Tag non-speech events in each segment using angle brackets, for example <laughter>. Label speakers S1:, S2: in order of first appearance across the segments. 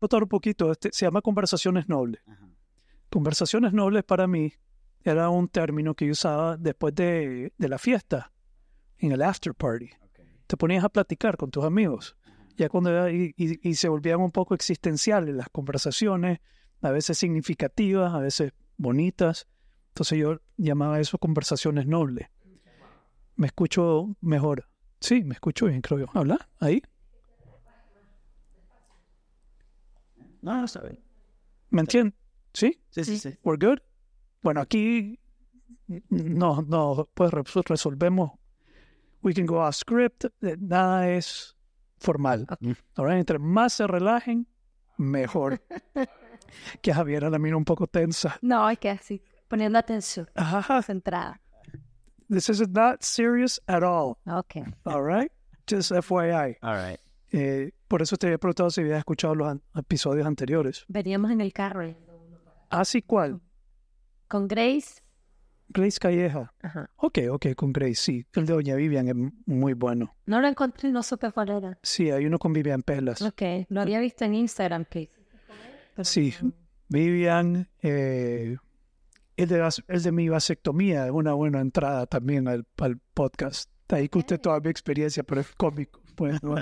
S1: notar un poquito, este, se llama conversaciones nobles.
S2: Ajá.
S1: Conversaciones nobles para mí era un término que yo usaba después de, de la fiesta, en el after party.
S2: Ok.
S1: Te ponías a platicar con tus amigos.
S2: Ajá.
S1: ya cuando era- y, y- y se volvían un poco existenciales las conversaciones, a veces significativas, a veces bonitas. Entonces yo llamaba eso conversaciones nobles. Me escucho mejor. Sí, me escucho bien, creo yo. ¿Habla? ¿Ahí?
S2: No, no está bien.
S1: ¿Me entiendes? ¿Sí?
S2: Sí, sí,
S3: Sí.
S2: sí.
S1: ¿We're good? Bueno, aquí no, no, pues re- resolvemos. We can go off script. eh, Nada es formal.
S2: Ok.
S1: Ahora, entre más se relajen, mejor. que Javiera la mira un poco tensa.
S3: No, es que así, poniendo atención,
S1: Ajá,
S3: centrada.
S1: This is not serious at all.
S3: Ok.
S1: All right? Just FYI.
S2: All right.
S1: Eh, por eso te había preguntado si habías escuchado los an- episodios anteriores. Ah,
S3: Veníamos en el carro eh,
S1: Así cual.
S3: con Grace.
S1: Grace Calleja.
S3: Ajá.
S1: Ok, ok, con Grace, sí. El de Doña Vivian es m- muy bueno.
S3: No lo encontré, no supe cuál era.
S1: Sí, hay uno con Vivian Pelas.
S3: Ok, lo había visto en Instagram, que pero
S1: Sí,
S3: no-
S1: Vivian, eh, el, de las- el de mi vasectomía es una buena entrada también al, al podcast. De ahí que usted toda mi experiencia, pero es cómico. Pues, ¿no?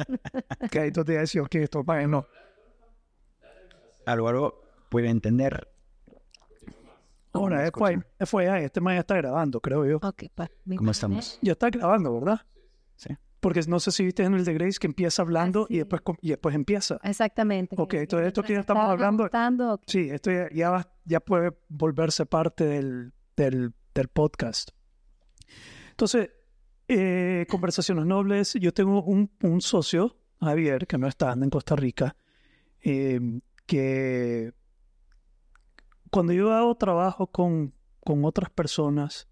S1: que ahí donde decía que esto, mae, no.
S2: Álvaro puede entender. ¿Cómo me
S1: Ahora,
S2: escuchan?
S1: FYI, FYI, este man ya está grabando, creo yo.
S3: Ok, pues. me
S2: ¿Cómo
S3: imaginé.
S2: estamos?
S1: Ya está grabando, ¿verdad?
S2: Sí.
S1: Porque no sé si viste en el de Grace que empieza hablando y,
S3: sí.
S1: después, com- y después empieza.
S3: Exactamente.
S1: Ok,
S3: que-
S1: entonces esto
S3: mientras
S1: que ya estamos
S3: estaba
S1: hablando-
S3: ajustando, ok.
S1: Sí, esto ya, ya, va- ya puede volverse parte del, del, del podcast. Entonces, eh, Conversaciones Nobles, yo tengo un, un socio, Javier, que no está anda en Costa Rica, eh, que cuando yo hago trabajo con, con otras personas,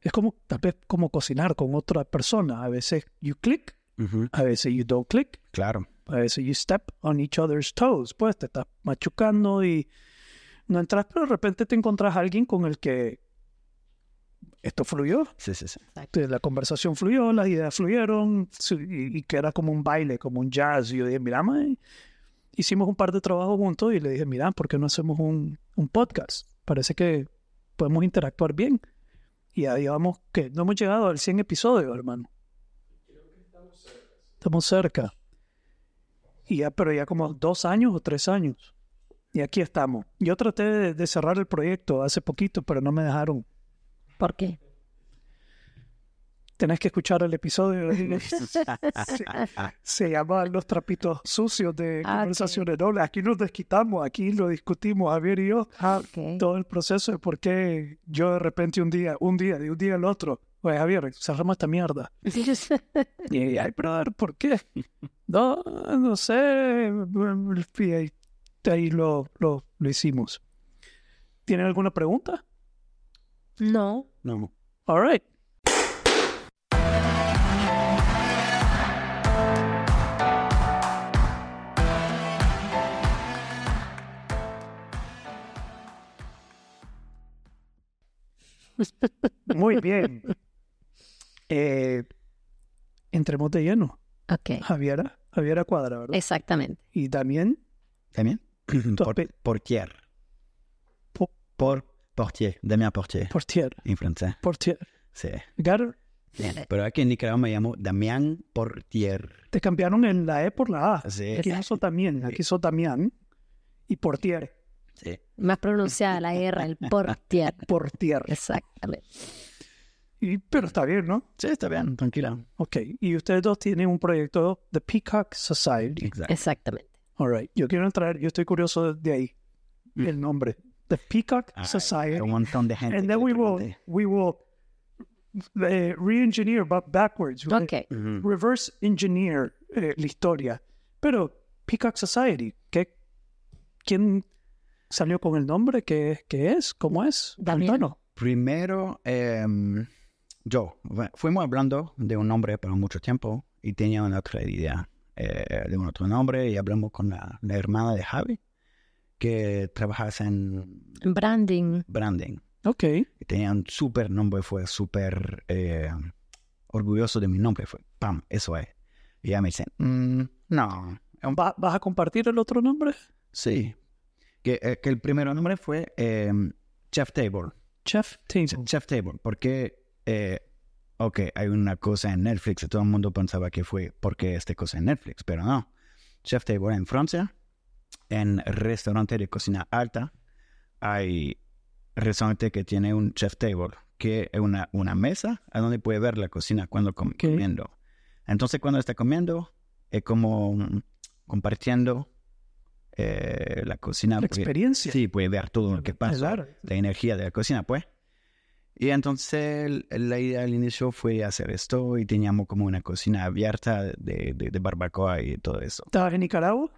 S1: es como, tal vez como cocinar con otra persona. A veces you click,
S2: Ujú,
S1: a veces you don't click.
S2: Claro.
S1: A veces you step on each other's toes, pues te estás machucando y no entras, pero de repente te encontrás a alguien con el que esto fluyó,
S2: Sí, sí, sí.
S1: Entonces, la conversación fluyó, las ideas fluyeron su- y, y que era como un baile, como un jazz. Y yo dije, mira, mae, hicimos un par de trabajos juntos y le dije, mira, ¿por qué no hacemos un, un podcast? Parece que podemos interactuar bien. Y ya digamos que no hemos llegado al 100 episodios, hermano. Estamos cerca. Y ya, pero ya como dos años o tres años. Y aquí estamos. Yo traté de, de cerrar el proyecto hace poquito, pero no me dejaron.
S3: ¿Por qué?
S1: Tenés que escuchar el
S3: <laughs>
S1: episodio. <laughs> Sí.
S2: Ah,
S1: se llama Los Trapitos Sucios de
S3: Ah, ok.
S1: Conversaciones Nobles. Aquí nos desquitamos, aquí lo discutimos, Javier y yo,
S3: Ah, ok.
S1: todo el proceso de por qué yo de repente un día, un día, de un día al otro, oye, Javier, cerramos esta mierda. Y, ella, ay, brother, ¿por qué? <laughs> No, no sé. mm, Y ahí, ahí lo, lo, lo hicimos. ¿Tienen alguna pregunta?
S3: <laughs> no.
S2: no.
S1: All right. Muy bien. Eh, entremos de lleno.
S3: Ok.
S1: Javiera, Javiera Cuadra, ¿verdad?
S3: Exactamente.
S1: Y también
S2: ¿También?
S1: pe-
S2: Por, portier.
S1: Po-
S2: Por portier. Damien Portier.
S1: Portier.
S2: En francés.
S1: Portier.
S2: Sí.
S1: Got it?
S2: Pero aquí en Nicaragua me llamo Damián Portier.
S1: Te cambiaron en la E por la A.
S2: Sí.
S1: Aquí hizo también, aquí hizo Damián y Portier.
S2: sí.
S3: Más pronunciada la R, el portier.
S1: Portier.
S3: Exactamente.
S1: Y, pero está bien, ¿no?
S2: Sí, está bien, tranquila.
S1: Ok. Y ustedes dos tienen un proyecto, The Peacock Society.
S2: Exacto.
S3: Exactamente.
S1: All right. Yo quiero entrar, yo estoy curioso de ahí,
S2: Mm.
S1: el nombre. The Peacock
S2: Ay,
S1: Society.
S2: era Un montón de gente.
S1: And
S2: que
S1: then we will,
S2: pregunté.
S1: we will eh, re-engineer but backwards. We'll
S3: Ok.
S2: Ujú.
S1: Reverse engineer eh, la historia. Pero Peacock Society, ¿qué, ¿quién salió con el nombre? ¿Qué, qué es? ¿Cómo es?
S3: Damián.
S1: Cuéntanos.
S2: Primero, em, yo, fu- fuimos hablando de un nombre por mucho tiempo y tenía una otra idea eh, de un otro nombre y hablamos con la, la hermana de Javi que trabajaba en
S3: Branding.
S2: branding.
S1: Ok.
S2: Y tenía un súper nombre, fue súper eh, orgulloso de mi nombre, fue, pam, eso es. Y ella me dice, "Mm, no,
S1: ¿Va- ¿Vas a compartir el otro nombre?
S2: Sí. Que, eh, que el primer nombre fue eh, Chef Table.
S1: Chef
S2: Che-
S1: Table.
S2: Chef Table, porque, eh, ok, hay una cosa en Netflix y todo el mundo pensaba que fue porque esta cosa en Netflix, pero no. Chef Table en Francia, en restaurante de cocina alta, hay restaurante que tiene un Chef Table, que es una, una mesa a donde puede ver la cocina cuando com-
S1: Ok.
S2: comiendo. Entonces, cuando está comiendo, es como mm, compartiendo eh, la cocina.
S1: La
S2: porque-
S1: experiencia.
S2: Sí, puede ver todo lo que pasa
S1: Claro.
S2: la energía de la cocina, pues. Y entonces el- la idea al inicio fue hacer esto y teníamos como una cocina abierta de, de- de barbacoa y todo eso.
S1: ¿Estabas en Nicaragua?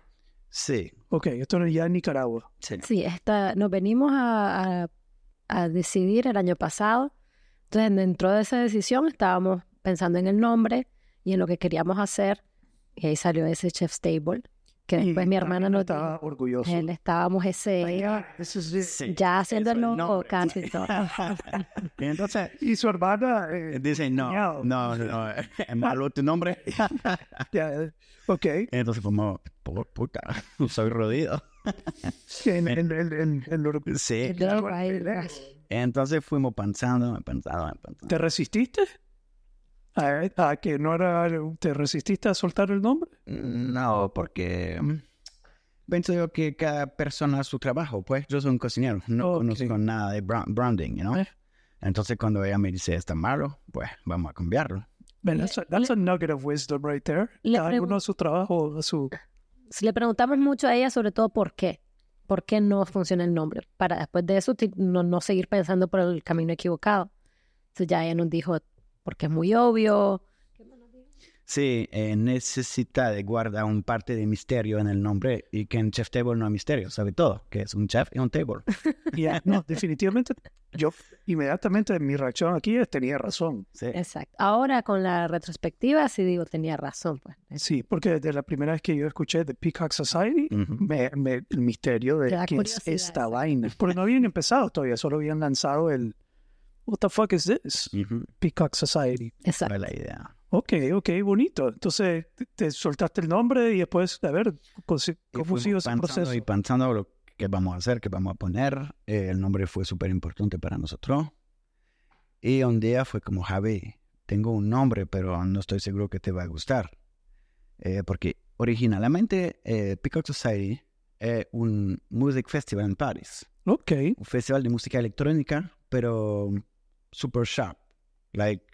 S2: Sí,
S1: Ok, esto ya en Nicaragua.
S2: sí.
S3: Sí, esta, nos venimos a, a- a decidir el año pasado. Entonces, dentro de esa decisión estábamos pensando en el nombre y en lo que queríamos hacer. Y ahí salió ese Chef's Table, que
S1: Y
S3: después pues, mi hermana
S1: también
S3: nos dijo.
S1: estaba orgulloso. ah,
S3: Él estábamos ese,
S2: Sí,
S3: ya
S2: eso,
S3: haciéndolo
S2: el
S3: o
S2: nombre.
S3: casi
S2: <laughs>
S3: todo.
S2: Y entonces
S1: Y su hermana.
S2: <laughs>
S1: eh,
S2: dicen, no,
S1: Cuñado.
S2: no, no, es malo tu <laughs> nombre.
S1: ya, ok.
S2: Entonces como, "Por puta, <laughs> soy rodillo.
S1: En, en, en, en- Eh, en lo-
S2: Sí,
S3: El otro ahí,
S2: entonces fuimos pensando, pensando, pensando.
S1: eh, ¿Te resististe? A, a que no era. ¿Te resististe a soltar el nombre?
S2: No, porque mm, pienso yo que cada persona su trabajo, pues yo soy un cocinero, no
S1: Ok.
S2: conozco nada de bra- branding, you know?
S1: Eh.
S2: Entonces cuando ella me dice está malo, pues vamos a cambiarlo.
S1: Man, that's, a, that's a nugget of wisdom right there.
S3: Le
S1: Cada uno a su trabajo, a su.
S3: Si Le preguntamos mucho a ella sobre todo por qué. ¿Por qué no funciona el nombre? Para después de eso ti- no, no seguir pensando por el camino equivocado. Entonces ya ella nos dijo, porque es muy obvio.
S2: Sí, eh, necesita de guardar un parte de misterio en el nombre y que en Chef Table no hay misterio, sabe todo, que es un chef y un
S1: <laughs>
S2: table.
S1: Ya, no, definitivamente. Yo, inmediatamente, mi reacción aquí es: tenía razón.
S2: Sí.
S3: Exacto. Ahora con la retrospectiva sí digo, tenía razón. Pues.
S1: Sí, porque desde la primera vez que yo escuché The Peacock Society,
S2: Ujú.
S1: me, me- el misterio
S3: Te
S1: de
S3: da
S1: qué es
S3: curiosidad,
S1: esta
S3: exacto.
S1: vaina. Porque no habían empezado todavía, solo habían lanzado el What the fuck is this?
S2: Ujú,
S1: Peacock Society.
S3: Exacto.
S2: fue la idea.
S1: Ok, ok, bonito. Entonces te, te soltaste el nombre y después, a ver, consi-
S2: Y
S1: ¿cómo siguió
S2: fuimos
S1: ese
S2: pensando
S1: proceso?
S2: Y pensando lo que vamos a hacer, que vamos a poner. Eh, el nombre fue súper importante para nosotros. Y un día fue como, Javi, tengo un nombre, pero no estoy seguro que te va a gustar. Eh, porque originalmente eh, Peacock Society es un music festival en París.
S1: Ok,
S2: Un festival de música electrónica, pero super sharp. Like,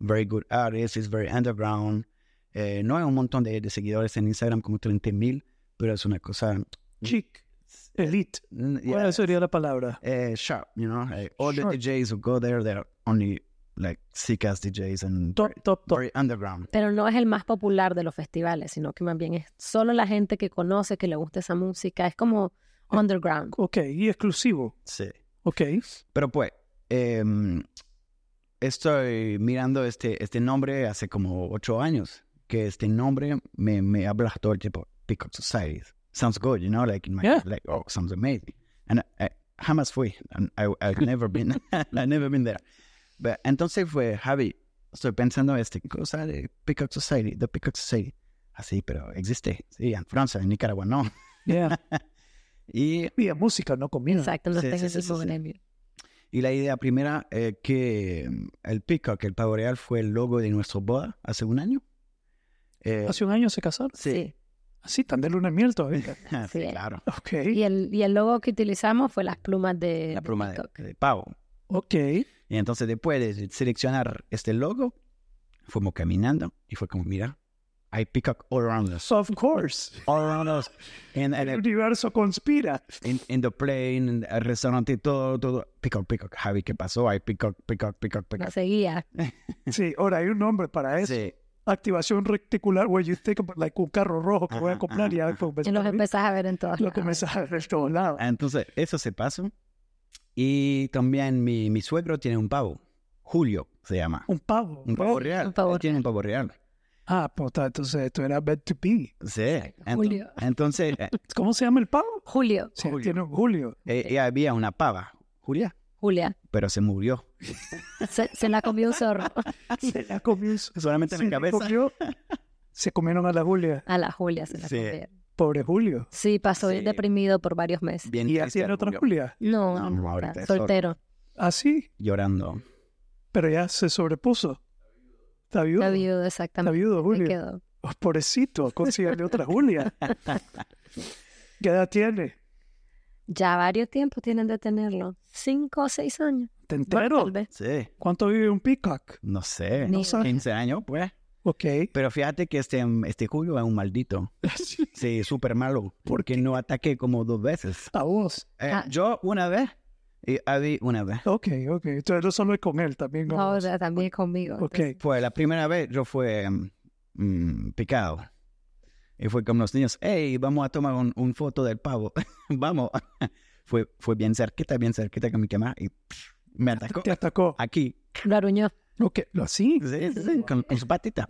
S2: very good artists, it's very underground. Eh, no hay un montón de, de seguidores en Instagram, como 30 mil, pero es una cosa
S1: chic, elite.
S2: Mm,
S1: ¿Cuál
S2: yeah,
S1: sería la palabra?
S2: eh, sharp, you know. like, all
S1: Sharp.
S2: the DJs who go there, they're only like sick ass DJs and
S1: Top,
S2: very,
S1: top, top.
S2: very underground.
S3: Pero no es el más popular de los festivales, sino que más bien es solo la gente que conoce, que le gusta esa música. Es como underground.
S1: Ok, y exclusivo.
S2: Sí.
S1: Ok,
S2: Pero pues, em, estoy mirando este, este nombre hace como ocho años, que este nombre me, me habla todo el tiempo. Pickup Society. Sounds good, you know, like, in my,
S1: Yeah.
S2: like oh, sounds amazing. And I, I, jamás fui. And I, I've never been, <laughs> I've never been there. But, entonces fue, Javi, estoy pensando esta cosa de Pickup Society, the Pickup Society. Así, pero existe. Sí, en Francia, en Nicaragua no. <laughs>
S1: yeah.
S2: Y
S1: y es música, no comida.
S3: Exacto, no
S2: Sí,
S3: está en
S2: sí,
S3: el
S2: sí,
S3: mismo
S2: sí, sí.
S3: gremio.
S2: Y la idea primera es que mm, el Peacock, el pavo real, fue el logo de nuestra boda hace un año. Eh,
S1: Hace un año se casaron.
S3: Sí.
S1: Así, tan de luna en miel todavía.
S2: <laughs> sí,
S3: es.
S2: claro.
S1: Ok,
S3: Y el, y el logo que utilizamos fue las plumas de,
S2: La
S3: de
S2: pluma de,
S3: Peacock.
S2: de pavo.
S1: ok.
S2: Y entonces después de seleccionar este logo, fuimos caminando y fue como, mira, hay Peacock all around us.
S1: So, of course.
S2: All around us.
S1: <laughs>
S2: En, en
S1: El
S2: el-
S1: universo conspira.
S2: en- en the plane, en el restaurante, todo, todo. Peacock, Peacock. Javi, ¿qué pasó? Hay Peacock, Peacock, Peacock,
S3: Nos
S2: Peacock.
S3: seguía.
S1: Sí, ahora hay un nombre para eso.
S2: Sí.
S1: Activación reticular, where you think about like un carro rojo que voy a
S2: Ajá, Ah.
S1: comprar y ya
S2: Pues
S3: Y los empezás a ver en todos
S1: lo que me
S3: lados.
S1: sale de todos lados.
S2: Entonces, eso se pasó. Y también mi, mi suegro tiene un pavo. Julio se llama.
S1: Un pavo.
S2: Un pavo real.
S3: Un pavo
S2: Él tiene un pavo real.
S1: Ah, pues está, entonces esto era bed to be.
S2: Sí. Ento-
S3: Julio.
S2: Entonces, eh,
S1: ¿Cómo se llama el pavo?
S3: Julio,
S1: Sí,
S2: Julio.
S1: tiene un Julio.
S2: eh, ya había una pava, Julia,
S3: Julia,
S2: pero se murió.
S3: se, se la comió un zorro. <laughs>
S1: <laughs> Se la comió. un-
S2: Solamente
S1: Se
S2: Ah, en la
S1: la
S2: <laughs> cabeza.
S1: comió. Se comieron a la Julia.
S3: A la Julia se la
S2: Sí.
S3: comieron.
S1: Pobre Julio.
S3: Sí, pasó bien
S2: Sí.
S3: deprimido por varios meses.
S2: Bien
S1: Y
S2: triste,
S1: así era otra
S2: Julio,
S1: Julia.
S3: No,
S2: No,
S3: no,
S2: ahorita
S3: está
S2: es
S3: soltero.
S1: Así,
S2: Llorando.
S1: pero ya se sobrepuso. Está viudo.
S3: La viuda,
S1: Está
S3: exactamente.
S1: viudo,
S3: se
S1: Julio.
S3: quedó.
S1: Oh, pobrecito, consíguele otra Julia. ¿Qué edad tiene?
S3: Ya varios tiempos tienen de tenerlo. Cinco o seis años.
S1: ¿Te
S3: Bueno,
S1: entero?
S3: tal vez.
S2: Sí.
S1: ¿Cuánto vive un peacock?
S2: No sé.
S3: Ni-
S1: No sabes.
S2: 15 años, pues.
S1: Ok. <laughs>
S2: Pero fíjate que este, este Julio es un maldito. Sí, súper malo. Porque no ataqué como dos veces.
S1: A vos.
S2: Eh,
S3: Ah.
S2: Yo una vez y Abby una vez.
S1: Ok, ok. Entonces no solo es con él, también con
S3: Ahora pues,
S1: vos.
S3: también conmigo.
S1: Ok.
S3: entonces,
S2: Fue la primera vez, yo fue mm, mm, picado. Y fue con los niños, hey, vamos a tomar un, un foto del pavo. <laughs> vamos. fue, fue bien cerquita, bien cerquita con mi cámara y psh, me atacó
S1: Te atacó.
S2: aquí.
S3: Lo aruñó.
S1: Ok, lo así.
S2: Sí, sí, sí, con, con su patita.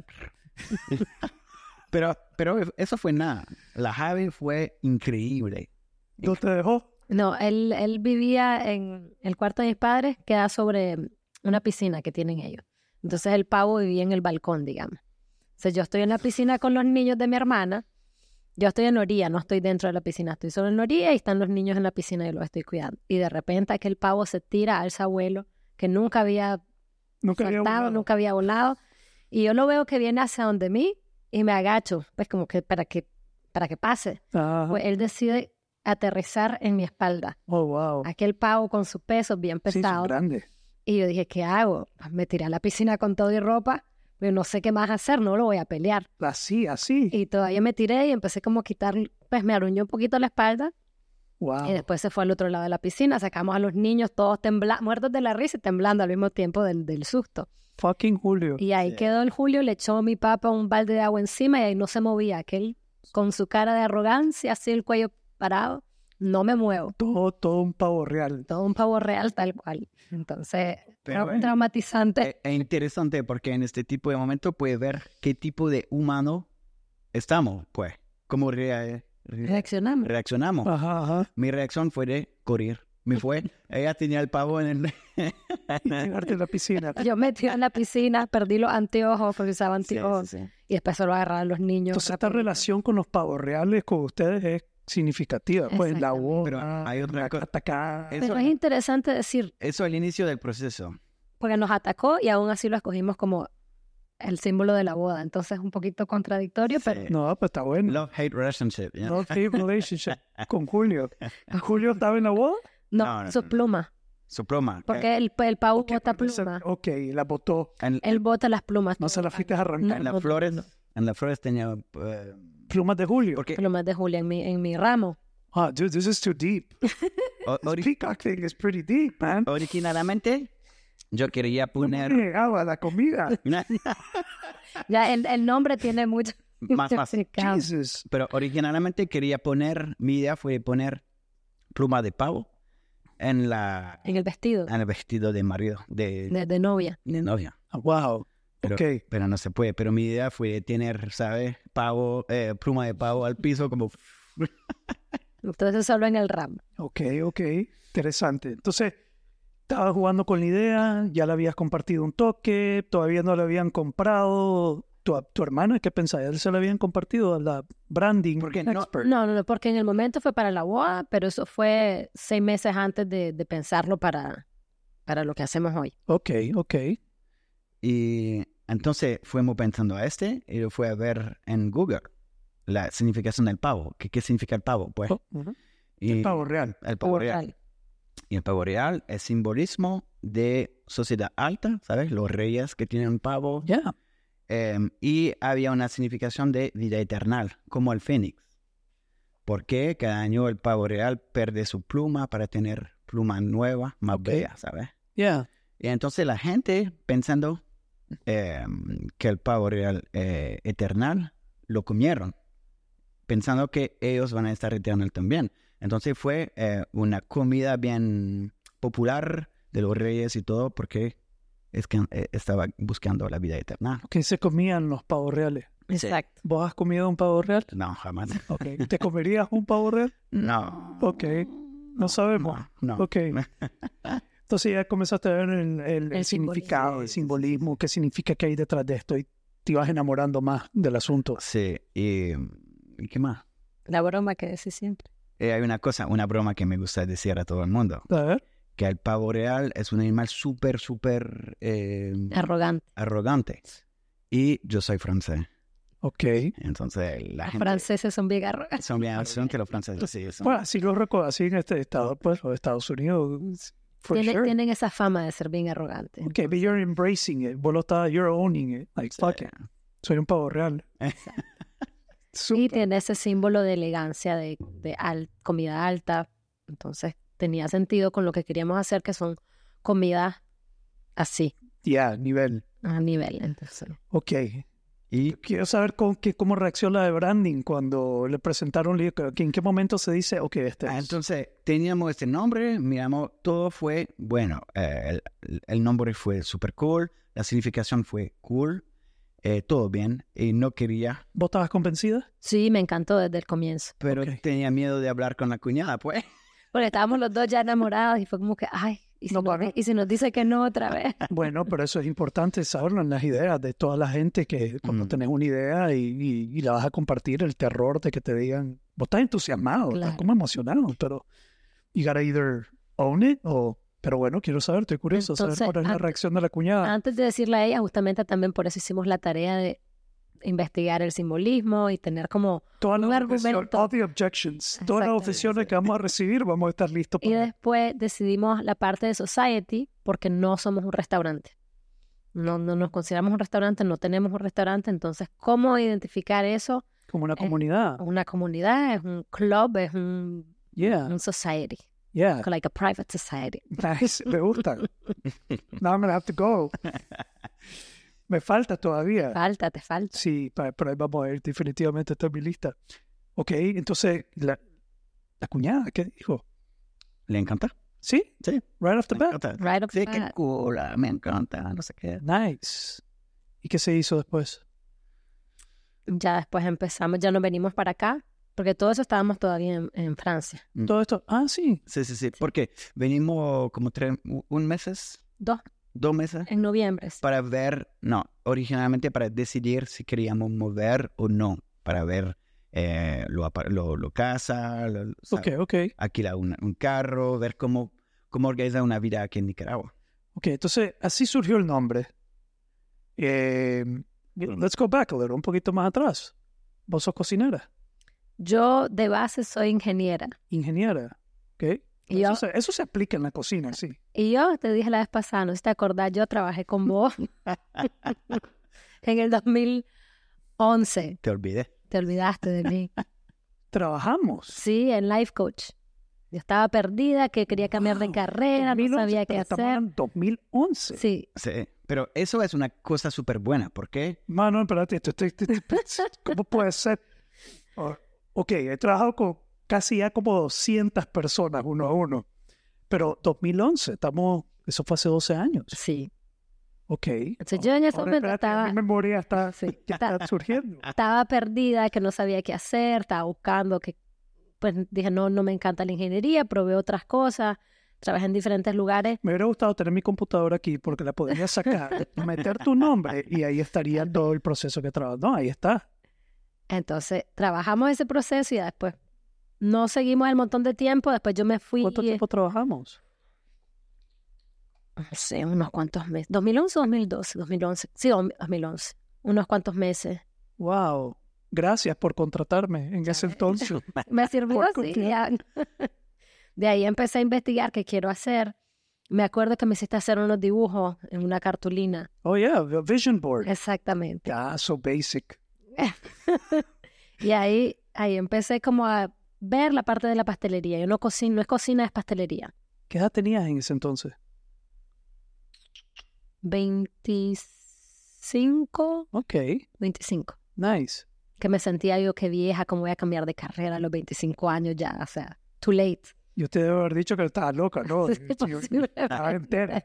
S2: pero, pero eso fue nada. La Javi fue increíble.
S1: ¿No te dejó?
S3: No, él, él vivía en el cuarto de mis padres, que da sobre una piscina que tienen ellos. Entonces el pavo vivía en el balcón, digamos. O sea, yo estoy en la piscina con los niños de mi hermana. Yo estoy en la orilla, no estoy dentro de la piscina, estoy solo en la orilla y están los niños en la piscina y los estoy cuidando. Y de repente aquel pavo se tira al abuelo que nunca había
S1: Nunca había
S3: saltado,
S1: volado.
S3: nunca había volado. Y yo lo veo que viene hacia donde mí y me agacho, pues como que para que, para que pase.
S1: Ajá.
S3: Pues él decide aterrizar en mi espalda
S1: Ah, Oh, wow.
S3: aquel pavo con su peso bien
S1: Sí, son
S3: pesado.
S1: grandes.
S3: y yo dije, ¿qué hago? Pues, Me tiré a la piscina con todo y ropa, pero no sé qué más hacer, no lo voy a pelear.
S1: Así, así.
S3: Y todavía me tiré y empecé como a quitar, pues me aruñó un poquito la espalda y
S1: Wow.
S3: después se fue al otro lado de la piscina, sacamos a los niños todos tembla muertos de la risa y temblando al mismo tiempo del, del susto.
S1: Fucking Julio.
S3: Y ahí
S2: Sí.
S3: quedó el Julio, le echó mi papá un balde de agua encima y ahí no se movía, aquel con su cara de arrogancia, así el cuello parado, no me muevo.
S1: Todo, todo un pavo real.
S3: Todo un pavo real tal cual. Entonces,
S2: Pero,
S3: trau-
S2: eh,
S3: traumatizante.
S2: Es es e interesante porque en este tipo de momento puedes ver qué tipo de humano estamos, pues. Cómo rea- re-
S3: Reaccionamos.
S2: reaccionamos.
S1: Ajá, ajá.
S2: Mi reacción fue de correr. Me fue. Ella tenía el pavo en el.
S1: Tirarte en la piscina.
S3: Yo metí en la piscina, perdí los anteojos porque
S2: <laughs>
S3: usaba anteojos y después se lo agarraron los niños.
S1: Entonces esta
S3: rapidito.
S1: relación con los pavos reales con ustedes es significativa. Pues la
S3: Exactamente.
S1: voz.
S2: Pero hay otra cosa.
S1: Atacada.
S2: Es-
S3: Pero
S2: eso-
S3: es interesante decir,
S2: Eso al inicio del proceso.
S3: porque nos atacó y aún así lo escogimos como el símbolo de la boda. Entonces un poquito contradictorio, pero
S2: Sí.
S1: No, pues está bueno.
S2: Love-hate relationship. you know?
S1: No
S2: <laughs>
S1: hate relationship con Julio. ¿Julio estaba en la boda?
S3: no,
S2: No, no,
S3: su
S2: no.
S3: pluma.
S2: Su pluma.
S3: Porque el, el pavo
S1: Ok,
S3: bota
S1: pero esa-
S3: pluma.
S1: Ok, la botó.
S2: En,
S3: Él bota las plumas.
S1: No se la fuiste a
S3: No,
S1: arrancar.
S2: en las
S3: no.
S2: flores. En las flores tenía. eh,
S1: Plumas de Julio.
S2: porque
S3: Plumas de Julia en mi, en mi ramo.
S1: Ah, dude, this is too deep.
S2: o-
S1: This <laughs>
S2: ori-
S1: peacock thing is pretty deep, man.
S2: originalmente yo quería
S1: No <laughs>
S2: poner.
S1: llegaba la comida.
S3: Ya el, el nombre tiene mucho.
S2: Más,
S3: mucho
S2: más.
S3: significado.
S1: Jesus.
S2: Pero originalmente quería poner, mi idea fue poner pluma de pavo en la
S3: En el vestido
S2: en el vestido de marido, de,
S3: de, de novia.
S2: de novia.
S1: Wow.
S2: Pero-
S1: ok.
S2: Pero no se puede. Pero mi idea fue tener, ¿sabes? Pavo, eh, pluma de pavo al piso como...
S3: Entonces solo en el ramo.
S1: Ok, ok, interesante. Entonces, estabas jugando con la idea, ya la habías compartido un toque, todavía no la habían comprado. Tu, tu hermana, ¿qué pensaba? ¿Ya se la habían compartido a la branding
S2: Porque no-
S1: expert?
S3: No, no, no, porque en el momento fue para la boda, pero eso fue seis meses antes de, de pensarlo para, para lo que hacemos hoy.
S1: Ok, ok.
S2: Y entonces fuimos pensando a este y lo fui a ver en Google la significación del pavo. ¿Qué, qué significa el pavo? Pues...
S1: Oh, ujú.
S2: y-
S1: El pavo real.
S2: El pavo real.
S3: Real.
S2: Y el pavo real es simbolismo de sociedad alta, ¿sabes? Los reyes que tienen pavo.
S1: Ya.
S2: Em, y había una significación de vida eterna, como el fénix. Porque cada año el pavo real pierde su pluma para tener pluma nueva, más bella, ¿sabes?
S1: Ya.
S2: Y entonces la gente pensando em, que el pavo real eh, eternal lo comieron, pensando que ellos van a estar eternal también. Entonces fue eh, una comida bien popular de los reyes y todo, porque es que eh, estaba buscando la vida eterna.
S1: Ok, se comían los pavos reales.
S3: Exacto.
S1: ¿Vos has comido un pavo real?
S2: No, jamás.
S1: Ok. ¿Te comerías un pavo real?
S2: No.
S1: Ok. No sabemos.
S2: No. no.
S1: Ok.
S2: <laughs>
S1: Entonces ya comenzaste a ver el, el- el
S3: El simbolismo.
S1: significado, el simbolismo, qué significa que hay detrás de esto. Y te ibas enamorando más del asunto.
S2: Sí, y, ¿y qué más?
S3: La broma que decís siempre.
S2: Eh, hay una cosa, una broma que me gusta decir a todo el mundo,
S1: A ver,
S2: que el pavo real es un animal súper, súper eh,
S3: Arrogante.
S2: arrogante. Y yo soy francés,
S1: ok.
S2: entonces la
S3: Los
S2: gente...
S3: franceses son bien arrogantes.
S2: Son bien son que los franceses, sí, son-
S1: Bueno, así lo recuerdo, así en este estado, pues, los Estados Unidos. For
S3: Tienen,
S1: sure.
S3: tienen esa fama de ser bien arrogantes.
S1: Ok, but you're embracing it. Vos lo estás, you're owning it. Like,
S2: Sí.
S1: fuck it. Soy un pavo real.
S3: Y
S1: Súper.
S3: tiene ese símbolo de elegancia, de, de al- comida alta. Entonces tenía sentido con lo que queríamos hacer, que son comidas así,
S1: Ya, nivel.
S3: a nivel. Entonces,
S1: Ok.
S2: Y
S1: Quiero saber con qué, cómo reaccionó la de Branding cuando le presentaron el libro. que ¿En qué momento se dice, ok, este
S2: Ah,
S1: es?
S2: Entonces, teníamos este nombre, miramos, todo fue, bueno, eh, el, el nombre fue super cool, la significación fue cool, eh, todo bien, y no quería,
S1: ¿Vos estabas convencida?
S3: sí, me encantó desde el comienzo.
S2: pero
S1: Ok.
S2: tenía miedo de hablar con la cuñada, pues. <laughs>
S3: Porque estábamos los dos ya enamorados y fue como que, ay, ¿y si,
S1: No
S3: nos,
S1: paga.
S3: y si nos dice que no otra
S1: <laughs>
S3: vez?
S1: Bueno, pero eso es importante saberlo en las ideas de toda la gente que cuando
S2: Mm.
S1: tenés una idea y, y- y la vas a compartir, el terror de que te digan, vos estás entusiasmado, estás
S3: Claro.
S1: como emocionado, pero you gotta either own it o... Pero bueno, quiero saber, estoy curioso,
S3: Entonces, ah,
S1: saber cuál es la
S3: antes-
S1: reacción de la cuñada.
S3: Antes de decirle a ella, justamente también por eso hicimos la tarea de investigar el simbolismo y tener como...
S1: Todas las
S3: un
S1: objeciones,
S3: argumento.
S1: all the objections, todas las
S3: Exactamente.
S1: objeciones que vamos a recibir, vamos a estar listos
S3: Y
S1: para-
S3: después decidimos la parte de society porque no somos un restaurante. No, no nos consideramos un restaurante, no tenemos un restaurante, entonces, ¿cómo identificar eso?
S1: como una
S3: eh,
S1: comunidad.
S3: Una comunidad, es un club, es un,
S1: Yeah,
S3: un society,
S1: yeah.
S3: like a private society.
S1: Nice, me
S3: <laughs>
S1: gusta. Now I'm gonna have to go. Me falta todavía.
S3: Falta, te falta.
S1: Sí, pa- pero ahí vamos a ir, definitivamente está en mi lista. Ok, entonces, la, la cuñada, ¿qué dijo?
S2: ¿Le encanta?
S1: Sí,
S2: Sí,
S1: right off the
S2: le
S1: bat.
S2: encanta.
S3: Right off
S2: Sí,
S3: the
S2: qué
S3: bat.
S2: cool, ah, me encanta, no sé qué.
S1: Nice. ¿Y qué se hizo después?
S3: Ya después empezamos, ya nos venimos para acá, porque todo eso estábamos todavía en, en Francia.
S1: Todo esto, ah, sí,
S2: Sí, sí, sí, porque venimos como tres, u- un meses,
S3: Dos,
S2: dos meses,
S3: en noviembre.
S2: para ver, no, originalmente para decidir si queríamos mover o no, para ver eh, lo, apa- lo, lo casa, lo, lo-
S1: ok, ok.
S2: alquilar un, un carro, ver cómo, cómo organizar una vida aquí en Nicaragua.
S1: Ok, entonces, así surgió el nombre. Eh, let's go back a little, un poquito más atrás. Vos sos cocinera,
S3: Yo de base soy ingeniera.
S1: ingeniera, ok.
S3: Y
S1: Eso
S3: yo-
S1: se, eso se aplica en la cocina, sí.
S3: Y yo te dije la vez pasada, no sé si te acordás, yo trabajé
S1: <laughs>
S3: con vos en el 2011.
S2: Te olvidé.
S3: Te olvidaste de
S1: <laughs>
S3: mí.
S1: Trabajamos.
S3: Sí, en Life Coach. Yo estaba perdida, que quería cambiar de
S1: Wow,
S3: carrera, no
S1: 2011,
S3: sabía qué
S1: pero estamos
S3: hacer.
S1: en 2011.
S3: Sí,
S2: Sí, pero eso es una cosa súper buena, porque
S1: Mano, espérate, esto, esto- esto- esto- ¿cómo puede ser? Oh, ok, he trabajado con casi ya como 200 personas uno a uno, pero 2011, estamos, eso fue hace 12 años.
S3: sí.
S1: Ok.
S3: Entonces yo en ese
S1: Ahora,
S3: momento
S1: espérate,
S3: estaba,
S1: Mi memoria está,
S3: sí,
S1: <laughs> ya
S3: estaba-
S1: está surgiendo.
S3: estaba perdida, que no sabía qué hacer, estaba buscando, que pues dije, no, no me encanta la ingeniería, probé otras cosas, trabajé en diferentes lugares.
S1: Me hubiera gustado tener mi computadora aquí porque la podría sacar, meter tu nombre y ahí estaría todo el proceso que trabajas. No, ahí está.
S3: Entonces trabajamos ese proceso y ya después no seguimos el montón de tiempo, después yo me fui,
S1: ¿Cuánto
S3: y-
S1: tiempo trabajamos?
S3: no sé, unos cuantos meses, 2011, 2012, 2011, sí, 2011, unos cuantos meses.
S1: Wow. Gracias por contratarme en ese entonces.
S3: Me sirvió
S1: Por
S3: así.
S1: continuar.
S3: ya. <laughs> De ahí empecé a investigar qué quiero hacer. Me acuerdo que me hiciste hacer unos dibujos en una cartulina.
S1: Oh, yeah, the vision board.
S3: Exactamente.
S1: Ah, so basic.
S3: Y ahí, ahí empecé como a ver la parte de la pastelería. Yo no cocino, no es cocina, es pastelería.
S1: ¿Qué edad tenías en ese entonces?
S3: 25,
S1: Ok,
S3: 25.
S1: nice.
S3: Que me sentía yo que vieja, cómo voy a cambiar de carrera a los 25 años ya. O sea, too late.
S1: Yo te debo haber dicho que estaba loca, Oh, ¿no?
S3: <laughs> Sí,
S1: Yo- yo- estaba entera.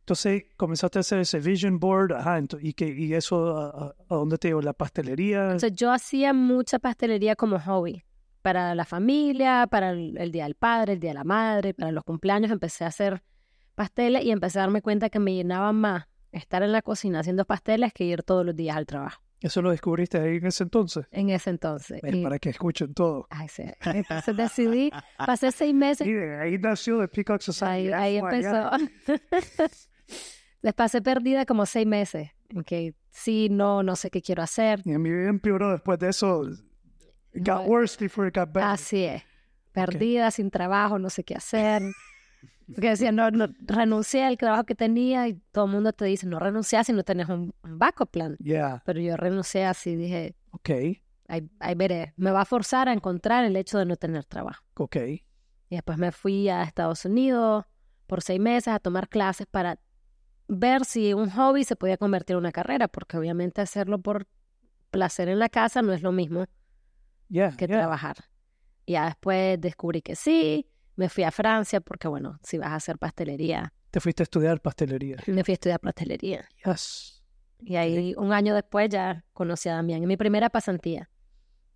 S1: Entonces comenzaste a hacer ese vision board, ajá, ento- y, que, y eso, a, a- a dónde te llevó? ¿La pastelería?
S3: Entonces, yo hacía mucha pastelería como hobby. Para la familia, para el, el día del padre, el día de la madre, para los cumpleaños, empecé a hacer pasteles y empecé a darme cuenta que me llenaba más estar en la cocina haciendo pasteles que ir todos los días al trabajo,
S1: Eso lo descubriste ahí en ese entonces.
S3: en ese entonces.
S1: Es
S3: Y-
S1: para que escuchen todo.
S3: ay, sí. Entonces decidí, pasé seis meses
S1: Y de ahí nació de Peacock Society.
S3: Ahí, ahí
S1: Oh my God.
S3: empezó. <laughs> Les pasé perdida como seis meses. Que sí, no, no sé qué quiero hacer.
S1: Y en mi vida empeoró después de eso. It got
S3: No.
S1: worse before it got better.
S3: Así es. Perdida, sin trabajo, no sé qué hacer. Porque decía, no, no, renuncié al trabajo que tenía y todo el mundo te dice, no renuncias si no tenés un, un backup plan.
S1: Yeah,
S3: Pero yo renuncié así, dije,
S1: ok,
S3: ahí, ahí veré. Me va a forzar a encontrar el hecho de no tener trabajo.
S1: ok.
S3: Y después me fui a Estados Unidos por seis meses a tomar clases para ver si un hobby se podía convertir en una carrera, porque obviamente hacerlo por placer en la casa no es lo mismo
S1: Yeah,
S3: que
S1: yeah.
S3: trabajar. Y ya después descubrí que sí, me fui a Francia, porque bueno, si vas a hacer pastelería,
S1: Te fuiste a estudiar pastelería.
S3: me fui a estudiar pastelería.
S1: Yes.
S3: Y ahí un año después ya conocí a Damián en mi primera pasantía,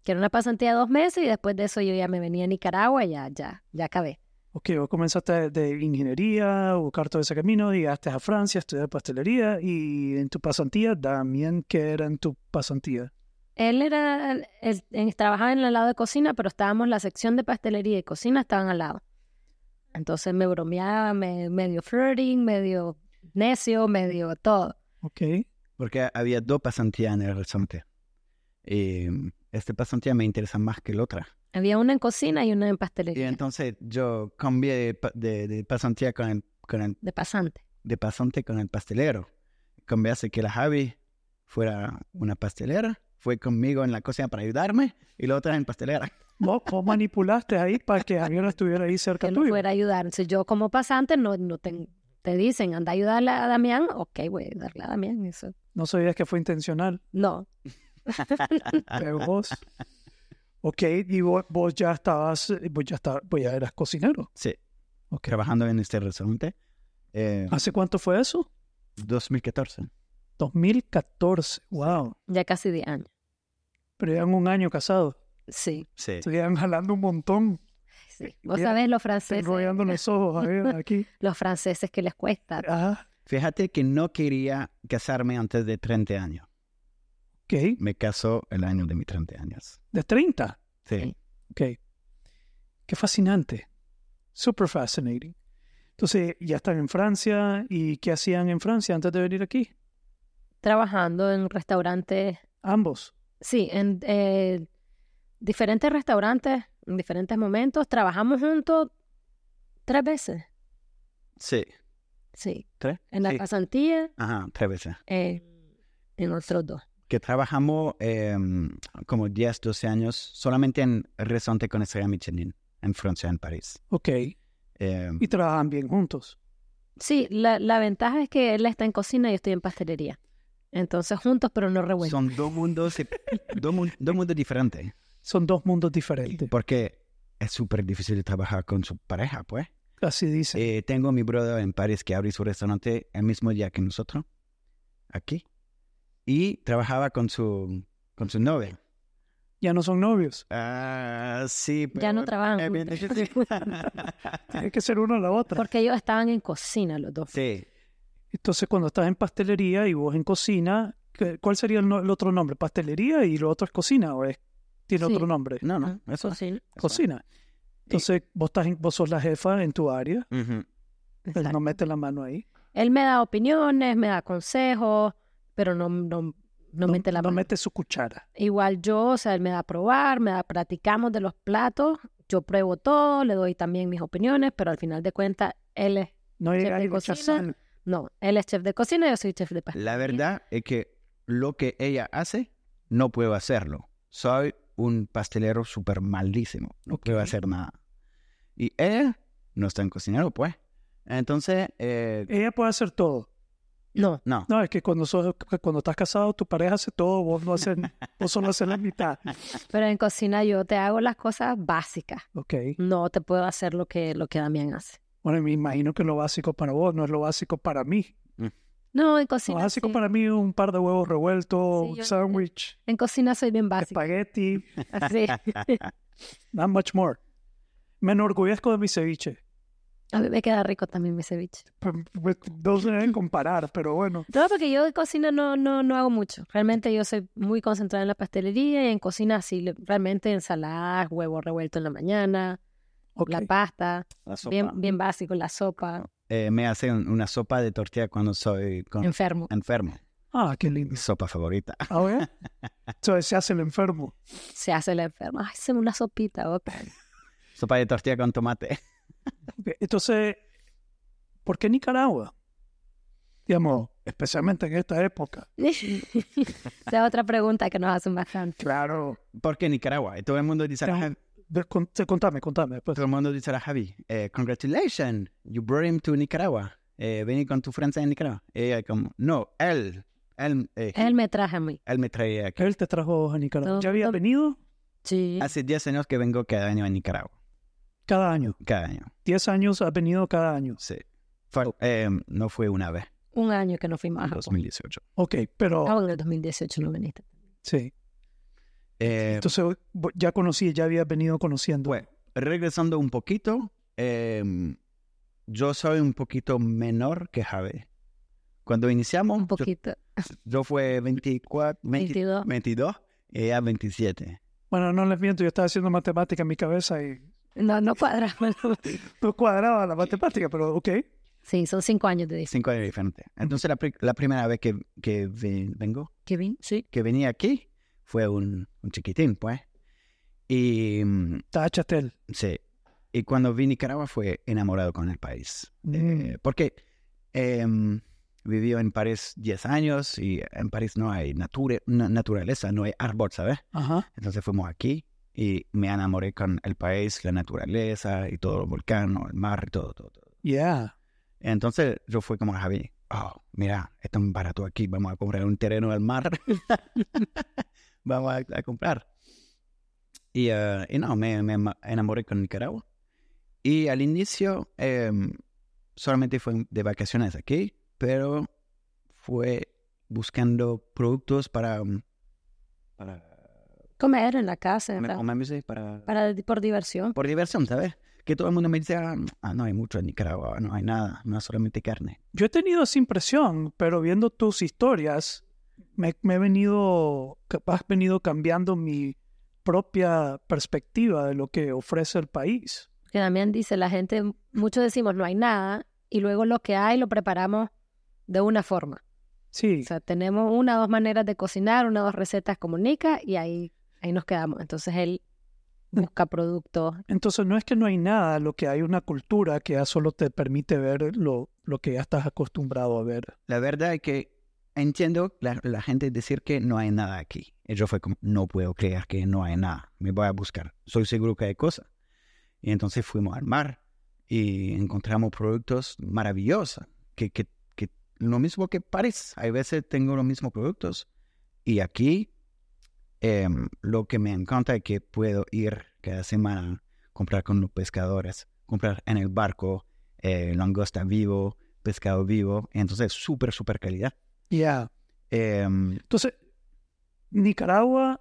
S3: que era una pasantía de dos meses y después de eso yo ya me venía a Nicaragua y ya, ya, ya acabé.
S1: Ok, vos comenzaste de ingeniería, buscar todo ese camino, llegaste a Francia a estudiar pastelería y en tu pasantía, también que era en tu pasantía.
S3: Él era, el- el- en- trabajaba en el lado de cocina, pero estábamos, la sección de pastelería y cocina estaban al lado. Entonces me bromeaba, me, medio flirting, medio necio, medio todo.
S1: Ok,
S2: Porque había dos pasantías en el horizonte. Y esta pasantía me interesa más que la otra.
S3: Había una en cocina y una en
S2: Y
S3: pastelería,
S2: entonces yo cambié de, pa- de- de pasantía con el, con el-
S3: de pasante.
S2: de pasante con el pastelero. Cambié hace que la Javi fuera una pastelera, fue conmigo en la cocina para ayudarme y la otra en pastelera.
S1: vos, vos manipulaste ahí para que Javier estuviera ahí cerca
S3: Que no
S1: tuyo.
S3: fuera a ayudar. Entonces yo como pasante no, no te, te dicen, anda a ayudarle a Damián. Ok, voy a ayudarle a Damián. Eso.
S1: No sabías que fue intencional,
S3: No,
S1: pero vos... Ok, y vos, vos ya estabas, vos ya, estabas, vos ya eras cocinero.
S2: Sí,
S1: Ok.
S2: trabajando en este restaurante. eh,
S1: ¿Hace cuánto fue eso?
S2: 2014.
S1: 2014, wow.
S3: ya casi 10 años.
S1: Pero llevan un año casados.
S3: Sí,
S2: Sí.
S1: Se llevan jalando un montón,
S3: sí. Vos
S1: Ya
S3: sabés los
S1: te
S3: franceses,
S1: enrollando los ojos, Javier,
S3: <laughs>
S1: aquí.
S3: los franceses que les cuesta.
S1: Ah,
S2: Fíjate que no quería casarme antes de 30 años.
S1: ok.
S2: Me casó el año de mis 30 años.
S1: De 30.
S2: Sí.
S1: Ok. Qué fascinante. Super fascinating. Entonces, ya están en Francia. ¿Y qué hacían en Francia antes de venir aquí?
S3: Trabajando en restaurantes
S1: Ambos.
S3: Sí, en eh, diferentes restaurantes, en diferentes momentos. Trabajamos juntos tres veces.
S2: Sí.
S3: Sí,
S2: ¿Tres?
S3: en la
S2: Sí.
S3: pasantía,
S2: Ajá, tres veces.
S3: eh, en otros dos.
S2: Que trabajamos eh, como 10, 12 años solamente en restaurante con estrella Michelin, en Francia, en París.
S1: Ok.
S2: Eh,
S1: Y trabajan bien juntos.
S3: Sí, la, la ventaja es que él está en cocina y yo estoy en pastelería. Entonces juntos, pero no revueltos.
S2: son dos mundos,
S3: <laughs>
S2: dos, mun- dos mundos diferentes.
S1: Son dos mundos diferentes.
S2: Porque es súper difícil trabajar con su pareja, pues.
S1: Así dicen.
S2: Eh, tengo a mi brother en París que abrió su restaurante el mismo día que nosotros, aquí. Y trabajaba con su, con su novia.
S1: Ya no son novios.
S2: Ah, sí,
S3: Ya no trabajan
S2: es bien
S3: juntos.
S2: difícil.
S3: <laughs>
S2: Ah.
S1: Tiene que ser uno a la otra.
S3: Porque ellos estaban en cocina los dos.
S2: sí,
S1: Entonces, cuando estás en pastelería y vos en cocina, ¿qué- ¿cuál sería el, no- el otro nombre? ¿Pastelería y lo otro es cocina? ¿O es, tiene
S3: Sí. Ah.
S1: otro nombre?
S2: no, no, eso es. Eh.
S3: Cocina.
S1: Cocina. Entonces, vos, estás en- vos sos la jefa en tu área.
S2: Ujú.
S1: Él
S3: Exacto.
S1: no mete la mano ahí.
S3: Él me da opiniones, me da consejos, pero no, no, no, mete la
S1: no
S3: mano.
S1: mete su cuchara.
S3: Igual yo, o sea, él me da a probar, me da, platicamos de los platos, yo pruebo todo, le doy también mis opiniones, pero al final de cuentas, él es,
S1: No llega
S3: de
S1: y le echa
S3: cocina.
S1: sal.
S3: no, él es chef de cocina, yo soy chef de pastelería.
S2: La verdad es que lo que ella hace, no puedo hacerlo. Soy un pastelero súper malísimo. No puedo
S1: Ok.
S2: hacer nada. Y ella no está en cocinero, pues. Entonces, eh,
S1: Ella puede hacer todo.
S3: No,
S2: no.
S1: No, es que cuando, sos- que cuando estás casado, tu pareja hace todo, vos no haces,
S3: <laughs>
S1: vos solo haces la mitad.
S3: pero en cocina yo te hago las cosas básicas,
S1: Ok.
S3: no te puedo hacer lo que, lo que Damián hace.
S1: Bueno, me imagino que lo básico para vos no es lo básico para mí.
S3: No, en
S1: Lo
S3: cocina,
S1: básico
S3: sí.
S1: para mí es un par de huevos revueltos,
S3: Sí,
S1: un
S3: yo-
S1: sándwich,
S3: en cocina soy bien básica.
S1: espagueti,
S3: así.
S1: <laughs> not much more. Me enorgullezco de mi ceviche.
S3: A mí me queda rico también mi ceviche.
S1: Pues, pues, No se
S3: <laughs>
S1: deben comparar, pero bueno.
S3: No, porque yo de cocina no, no, no hago mucho. Realmente yo soy muy concentrada en la pastelería y en cocina sí, le- realmente ensaladas, huevo revuelto en la mañana,
S1: ok.
S3: la pasta,
S2: La sopa.
S3: bien, bien básico, la sopa,
S2: Eh, me hace un- una sopa de tortilla cuando soy con-
S3: enfermo.
S2: enfermo.
S1: Ah, qué
S2: Mi
S1: lindo.
S2: sopa favorita. <laughs>
S1: A
S3: <laughs>
S1: ver. Entonces se hace el enfermo.
S3: Se hace la enferma. Ay, se me una sopita, ok. <laughs>
S2: Sopa de tortilla con tomate. <laughs>
S1: Ok, Entonces, ¿por qué Nicaragua? Digamos, especialmente en esta época.
S3: Esa es otra pregunta que nos hacen bastante.
S1: Claro.
S2: ¿Por qué Nicaragua? Y todo el mundo dice,
S1: Tengo-
S2: "Ah,
S1: De- con- te- contame, contame. Pues.
S2: Todo el mundo dice a Javi, eh, congratulations, you brought him to Nicaragua. Eh, vení con tu Francia en Nicaragua. Y ella como, no, él, él, eh,
S3: Él me traje a mí.
S2: él me trae aquí.
S1: Él te trajo a Nicaragua.
S3: No,
S1: ¿Ya había
S3: no.
S1: venido?
S3: Sí.
S2: Hace 10 años que vengo cada año a Nicaragua.
S1: Cada año.
S2: Cada año,
S1: Diez años ha venido cada año.
S2: sí. Fue- eh, no fue una vez,
S3: Un año que no fuimos a
S2: en
S3: Japón.
S2: 2018.
S1: Ok, pero...
S3: Ah, bueno, en el 2018 no viniste.
S1: Sí.
S2: Eh,
S1: Entonces bo- ya conocí, ya había venido conociendo.
S2: Bueno, regresando un poquito, eh, yo soy un poquito menor que Javi. Cuando iniciamos,
S3: Un
S2: yo-
S3: poquito.
S2: yo, fue 24, 20
S3: 22.
S2: 22 y ella 27.
S1: Bueno, no les miento, yo estaba haciendo matemática en mi cabeza y
S3: No, no cuadra.
S1: no cuadraba la matemática, pero ok.
S3: <laughs> sí, son cinco años de
S2: cinco años diferentes. Entonces, la, pri- la primera vez que, que ve- vengo,
S3: Kevin, sí.
S2: que venía aquí, fue un, un chiquitín, pues. Y mm,
S1: Táchate él.
S2: sí. Y cuando vi Nicaragua, fue enamorado con el país. Eh, porque em, vivió en París 10 años y en París no hay nature- na- naturaleza, no hay árbol, ¿sabes?
S1: Ajá.
S2: Entonces fuimos aquí y me enamoré con el país, la naturaleza y todo, el volcán, el mar, todo, todo, todo.
S1: Yeah.
S2: Entonces yo fui como Javi, oh, mira, es tan barato aquí, vamos a comprar un terreno al mar, <laughs> vamos a, a comprar. Y, eh, y no, me, me ma- enamoré con Nicaragua. Y al inicio eh, solamente fue de vacaciones aquí, pero fue buscando productos para... um, Para...
S3: Comer en la casa,
S2: me-
S3: para,
S2: o me dice, para-
S3: para- por diversión.
S2: por diversión, ¿sabes? Que todo el mundo me dice, ah, ah, no hay mucho en Nicaragua, no hay nada, no solamente carne.
S1: Yo he tenido esa impresión, pero viendo tus historias, me, me he venido, has venido cambiando mi propia perspectiva de lo que ofrece el país.
S3: Que también dice la gente, muchos decimos no hay nada y luego lo que hay lo preparamos de una forma. O
S1: Sí,
S3: sea, tenemos una o dos maneras de cocinar, una o dos recetas comunicas y ahí, ahí nos quedamos. Entonces él busca productos.
S1: entonces no es que no hay nada, lo que hay una cultura que ya solo te permite ver lo, lo que ya estás acostumbrado a ver.
S2: La verdad es que entiendo la, la gente decir que no hay nada aquí. Y yo fue como, no puedo creer que no hay nada. Me voy a buscar. Soy seguro que hay cosas. Y entonces fuimos al mar y encontramos productos maravillosos. Que, que, que lo mismo que París. Hay veces tengo los mismos productos. Y aquí em, lo que me encanta es que puedo ir cada semana, comprar con los pescadores, comprar en el barco eh, langosta vivo, pescado vivo. Entonces, súper, súper calidad.
S1: Ya.
S2: Em,
S1: Entonces, Nicaragua,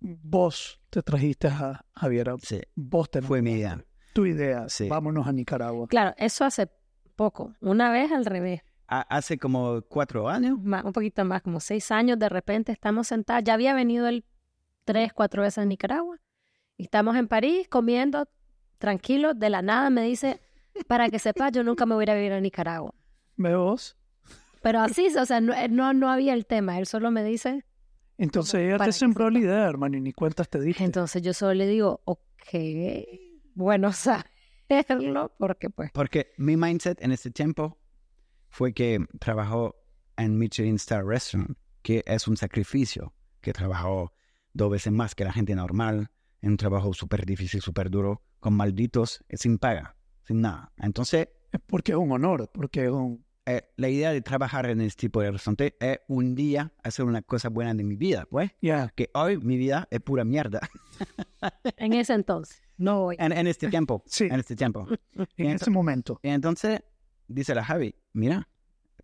S1: vos te trajiste a Javier,
S2: sí,
S1: vos te
S2: fue mi idea.
S1: tu idea,
S2: Sí.
S1: vámonos a Nicaragua.
S3: Claro, eso hace poco, una vez al revés,
S2: Ha- hace como cuatro años.
S3: más- un poquito más, como seis años, de repente estamos sentados, ya había venido él tres, cuatro veces a Nicaragua, y estamos en París comiendo tranquilos, de la nada me dice, para que sepas, yo nunca me voy a ir a vivir a Nicaragua.
S1: ¿Me vos?
S3: Pero así, o sea, no, eh, no, no había el tema, él solo me dice,
S1: Entonces ella
S3: Para
S1: te
S3: que
S1: sembró la
S3: sepa.
S1: idea, hermano, y ni cuentas te diste.
S3: entonces yo solo le digo, ok, bueno <laughs> saberlo, porque pues,
S2: Porque mi mindset en ese tiempo fue que trabajó en Michelin Star Restaurant, que es un sacrificio, que trabajó dos veces más que la gente normal, en un trabajo súper difícil, súper duro, con malditos, eh, sin paga, sin nada. Entonces,
S1: Es porque es un honor, porque es un...
S2: eh, la idea de trabajar en este tipo de restaurante es un día hacer una cosa buena de mi vida, pues.
S1: Ya,
S2: Que hoy mi vida es pura mierda.
S3: en ese entonces, no voy.
S2: En, en este tiempo.
S1: <laughs> Sí.
S2: En este tiempo.
S1: en
S2: Ento-
S1: ese momento.
S2: Y entonces dice la Javi, mira,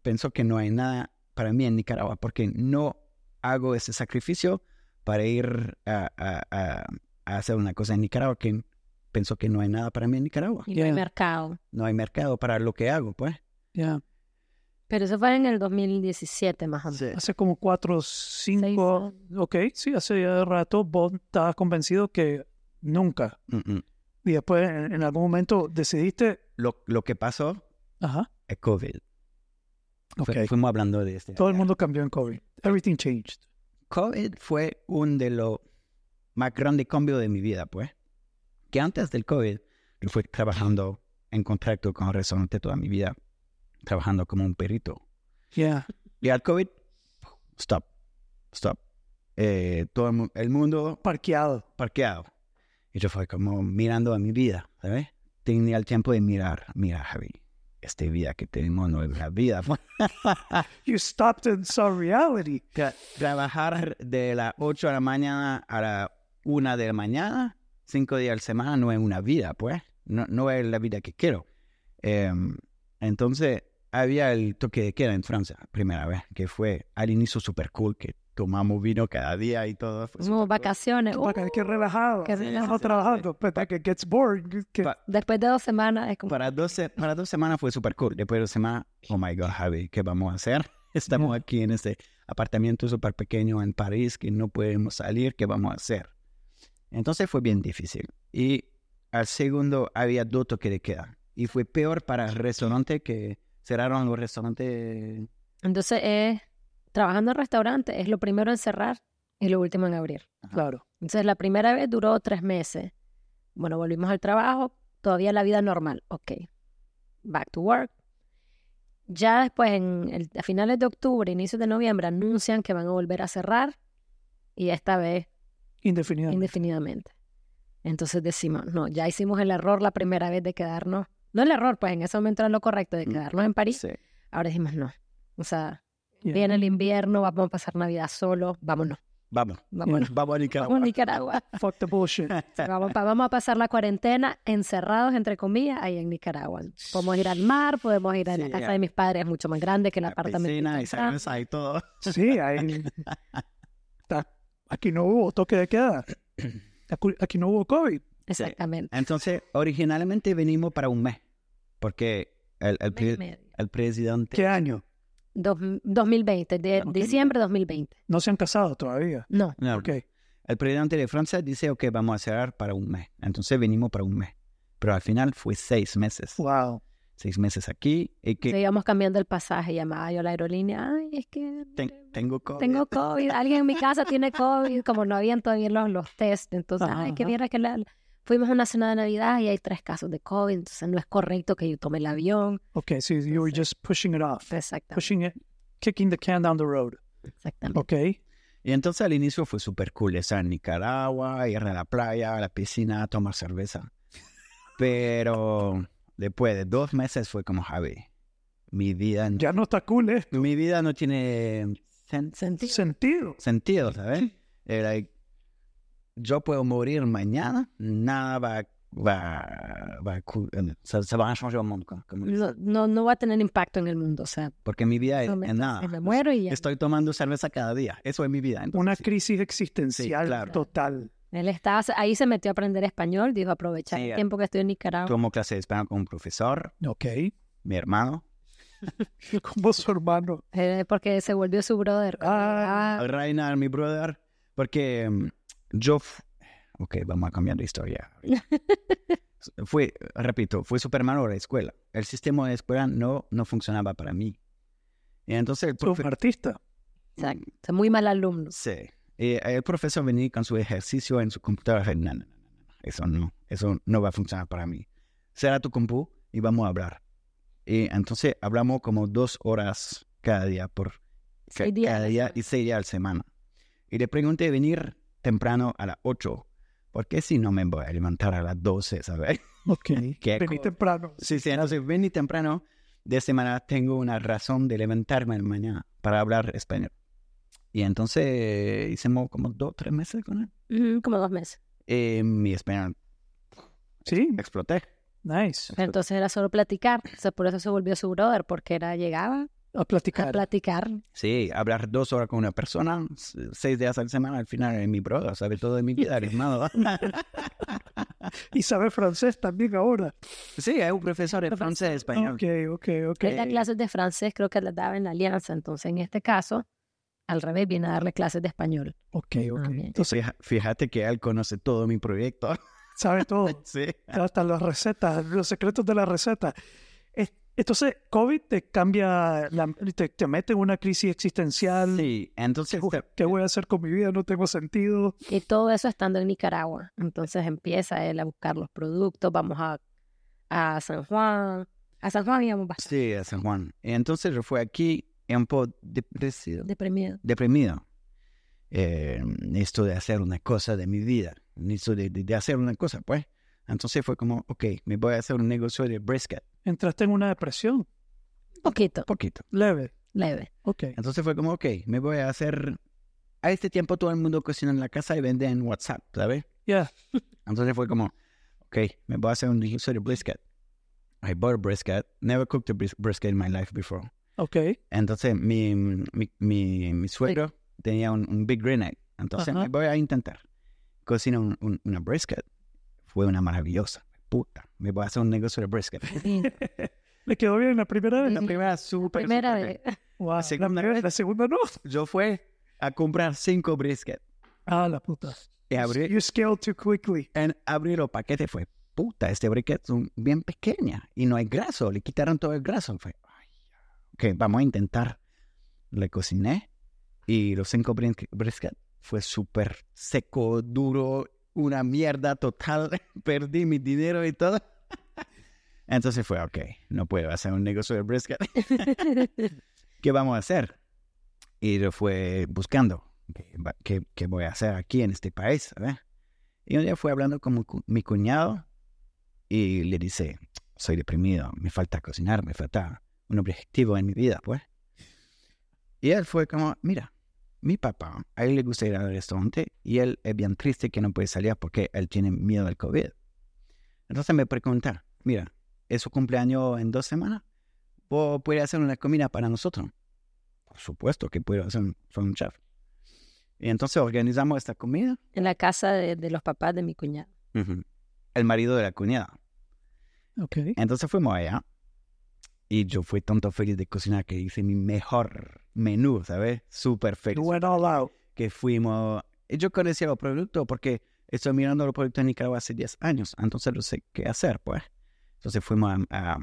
S2: pienso que no hay nada para mí en Nicaragua porque no hago ese sacrificio para ir a, a- a- a hacer una cosa en Nicaragua que pensó que no hay nada para mí en Nicaragua.
S3: Y no hay
S1: Ya.
S3: mercado.
S2: No hay mercado para lo que hago, pues.
S1: Ya.
S3: Pero eso fue en el 2017 más o menos.
S1: Hace como cuatro, cinco. Ok, sí, hace ya rato vos estabas convencido que nunca.
S2: Mm, mm.
S1: Y después en, en algún momento decidiste.
S2: Lo, lo que pasó
S1: Ajá.
S2: es COVID. Fu-
S1: Ok.
S2: fuimos hablando de este.
S1: Todo el mundo cambió en COVID. Everything changed.
S2: COVID fue un de los más grandes cambios de mi vida, pues. Que antes del COVID, yo fui trabajando en contacto con Resonante toda mi vida, trabajando como un perito.
S1: Yeah.
S2: Y al COVID, stop, stop. Eh, todo el mu- el mundo
S1: Parqueado.
S2: parqueado. Y yo fue como mirando a mi vida, ¿sabes? Tenía el tiempo de mirar, mira, Javi, esta vida que tenemos no es la vida.
S1: You stopped in some reality.
S2: Tra- trabajar de las 8 de la mañana a la 1 de la mañana, 5 días a la semana, no es una vida, pues. No, no es la vida que quiero. Em, entonces, había el toque de queda en Francia, primera vez, que fue al inicio super cool, que tomamos vino cada día y todo. fue
S3: Como
S2: supercool.
S3: vacaciones. Uh,
S1: Para que, que relajado.
S3: Qué relajado.
S1: Estamos trabajando. Pero que gets bored. que-
S2: Pa-
S3: después de dos semanas es como...
S2: Para dos, se- para dos semanas fue super cool. Después de dos semanas, oh my God, Javi, ¿qué vamos a hacer? <laughs> Estamos aquí en este apartamento súper pequeño en París que no podemos salir, ¿qué vamos a hacer? Entonces fue bien difícil. Y al segundo había dos toques de queda. Y fue peor para el restaurante que cerraron los restaurantes.
S3: Entonces es... Trabajando en restaurante es lo primero en cerrar y lo último en abrir.
S1: Claro.
S3: Entonces la primera vez duró tres meses. Bueno, volvimos al trabajo, todavía la vida normal. Ok, back to work. Ya después, en el- a finales de octubre, inicios de noviembre, anuncian que van a volver a cerrar y esta vez
S1: Indefinido.
S3: indefinidamente. Entonces decimos, no, ya hicimos el error la primera vez de quedarnos, no el error, pues en ese momento era lo correcto de
S2: Mm.
S3: quedarnos en París.
S2: Sí.
S3: Ahora decimos, no, o sea,
S1: Yeah.
S3: viene el invierno, vamos a pasar Navidad solo, vámonos,
S2: Vamos,
S3: vámonos,
S2: <laughs> vamos a
S3: vamos
S2: Nicaragua.
S3: a
S2: <laughs>
S3: Nicaragua.
S1: Fuck the bullshit.
S3: Vamos, pa- vamos a pasar la cuarentena encerrados, entre comillas, ahí en Nicaragua. Podemos ir al mar, podemos ir a la
S2: Sí,
S3: casa
S2: a-
S3: de mis padres, es mucho más grande que el
S2: La
S3: apartamento.
S2: piscina y
S3: que está acá.
S2: cerveza y todo.
S1: Sí, ahí. Ta- Aquí no hubo toque de queda. Acu- Aquí no hubo COVID.
S3: Exactamente.
S2: Entonces, originalmente venimos para un mes, porque el, el,
S3: Mes y
S2: pre-
S3: medio.
S2: el presidente...
S1: ¿Qué año?
S3: Dos- 2020, de,
S1: Ok.
S3: diciembre 2020.
S1: No se han casado todavía.
S3: No,
S2: No,
S1: Ok.
S2: El presidente de Francia dice, ok, vamos a cerrar para un mes. Entonces venimos para un mes. Pero al final fue seis meses.
S1: Wow.
S2: Seis meses aquí y que
S3: seguíamos cambiando el pasaje. Llamaba yo a la aerolínea, ay, es que
S2: ten- tengo COVID.
S3: tengo COVID, alguien en mi casa tiene COVID, como no habían todavía los, los test. Entonces,
S1: Ajá,
S3: ay, que
S1: ajá.
S3: viera que la- fuimos a una cena de Navidad y hay tres casos de COVID, entonces no es correcto que yo tome el avión.
S1: Ok, so you were just pushing it off.
S3: Exactamente.
S1: Pushing it, kicking the can down the road.
S3: Exactamente.
S1: Ok.
S2: Y entonces al inicio fue súper cool. Estar en Nicaragua, ir a la playa, a la piscina, a tomar cerveza. Pero después de dos meses fue como, Javi, mi vida, no-
S1: Ya no está cool, ¿eh?
S2: mi vida no tiene sen-
S1: Sentido.
S2: sentido, ¿sabes? Eh, like, yo puedo morir mañana, nada va, va, va a cu- eh, se, se va a cambiar el mundo. co- como-
S3: no, no, no va a tener impacto en el mundo. O sea,
S2: Porque mi vida es,
S3: No me-
S2: Ah, es nada.
S3: me muero y ya.
S2: Estoy tomando cerveza cada día. Eso es mi vida. entonces,
S1: Una
S2: sí.
S1: crisis existencial
S2: Sí, claro.
S1: total.
S3: Él estaba, ahí se metió a aprender español, dijo aprovechar
S2: Sí,
S3: el
S2: eh.
S3: tiempo que estoy en Nicaragua.
S2: Tomo clase de español con un profesor,
S1: Ok. <laughs>
S2: mi hermano.
S1: Como su hermano.
S3: Eh, porque se volvió su brother.
S1: Ah.
S3: Ah,
S2: Rainar, mi brother. Porque mm, yo... f- Ok, vamos a cambiar de
S3: <laughs>
S2: historia. fue, repito, fue súper malo la escuela. El sistema de escuela no, no funcionaba para mí. Y entonces el
S1: Tú
S2: profe-
S1: un artista.
S3: exacto. O sea, muy mal alumno.
S2: Sí. Y el profesor venía con su ejercicio en su computadora. y, No, no, no, no, no, Eso no. Eso no va a funcionar para mí. Será tu compu y vamos a hablar. Y entonces hablamos como dos horas cada día por ca-
S3: Seis días a
S2: cada
S3: la
S2: día
S3: semana.
S2: y seis días a la semana. Y le pregunté venir temprano a las 8. Porque si no me voy a levantar a las 12, ¿sabes?
S1: Ok.
S2: Qué
S1: Vení
S2: cosa.
S1: temprano.
S2: Sí, sí, entonces vení temprano de semana, tengo una razón de levantarme en la mañana para hablar español. Y entonces hicimos como dos, tres meses con él.
S3: Ujú, como dos meses.
S2: Eh, mi español
S1: Sí.
S2: exploté.
S1: Nice.
S3: Pero entonces era solo platicar. O sea, por eso se volvió su brother, porque era, llegaba
S1: A
S3: a
S1: platicar.
S3: platicar.
S2: Sí, hablar dos horas con una persona, s- seis días a la semana, al final es mi brother, sabe todo de mi vida, hermano.
S1: y sabe francés también ahora.
S2: <laughs> Sí, es un profesor de francés español.
S1: Ok, ok, ok.
S3: Él da clases de francés, creo que las daba en la alianza. Entonces, en este caso, al revés, viene a darle clases de español.
S1: Ok, ok.
S3: Ah, bien.
S1: Entonces,
S2: Fija- Fíjate que él conoce todo mi proyecto. <laughs>
S1: sabe todo.
S2: Sí.
S1: hasta las recetas, los secretos de las recetas. Es- Entonces, COVID te cambia, la- te, te mete en una crisis existencial.
S2: Sí, entonces
S1: Uy, ¿Qué voy a hacer con mi vida? No tengo sentido.
S3: Y todo eso estando en Nicaragua. Entonces empieza él a buscar los productos, vamos a, a San Juan. A San Juan íbamos bastante
S2: este, Sí, a San Juan. Y entonces yo fui aquí un poco depresivo.
S3: deprimidos.
S2: deprimido. Eh, necesito de hacer una cosa de mi vida. Necesito de, de- de hacer una cosa, pues. Entonces fue como, ok, me voy a hacer un negocio de brisket.
S1: Entraste en una depresión
S3: Un poquito,
S2: Poquito.
S1: leve. <laughs>
S3: leve.
S1: Ok.
S2: Entonces fue como, ok, me voy a hacer... A este tiempo todo el mundo cocina en la casa y vende en WhatsApp, ¿sabes?
S1: Ya.
S2: <laughs> Entonces fue como, ok, me voy a hacer un negocio de brisket. I bought a brisket. Never cooked a bris- brisket in my life before.
S1: Ok.
S2: Entonces, mi, mi, mi, mi suegro tenía un, un Big Green Egg. Entonces,
S1: Ajá.
S2: me voy a intentar. Cocina un- un- una brisket. Fue una maravillosa. Puta, me voy a hacer un negocio de brisket.
S1: ¿Le quedó bien la primera vez?
S2: La primera súper,
S3: Primera
S2: súper
S3: vez.
S1: Wow,
S2: segunda
S1: la,
S2: vez.
S1: la segunda no.
S2: bien. Yo fui a comprar cinco brisket.
S1: Ah, la puta.
S2: Y abrí,
S1: You scale too quickly.
S2: en, abrí los paquetes. Fue, puta, este brisket son bien pequeña. Y no hay graso. Le quitaron todo el graso. Fue, ay, ok, vamos a intentar. Le cociné. Y los cinco brin- brisket fue súper seco, duro, una mierda total. <laughs> Perdí mi dinero y todo. <laughs> Entonces fue, ok, no puedo hacer un negocio de brisket. <laughs> ¿Qué vamos a hacer? Y yo fue buscando, ¿qué, va- qué- qué voy a hacer aquí en este país? ¿verdad? Y un día fue hablando con mi cu- mi cuñado y le dice, soy deprimido, me falta cocinar, me falta un objetivo en mi vida, pues. Y él fue como, mira, mi papá, a él le gusta ir al restaurante y él es bien triste que no puede salir porque él tiene miedo al COVID. Entonces me pregunta, mira, ¿es su cumpleaños en dos semanas? ¿Vos puedes hacer una comida para nosotros? Por supuesto que puedo hacer un, soy un chef. Y entonces organizamos esta comida.
S3: En la casa de, de los papás de mi cuñado.
S2: El marido de la cuñada.
S1: Ok.
S2: Entonces fuimos allá. Y yo fui tanto feliz de cocinar que hice mi mejor menú, ¿sabes? Súper
S1: You
S2: feliz.
S1: went all out.
S2: que fuimos. Yo conocía los productos porque estoy mirando los productos en Nicaragua hace 10 años, entonces no sé qué hacer, pues. Entonces fuimos a, a,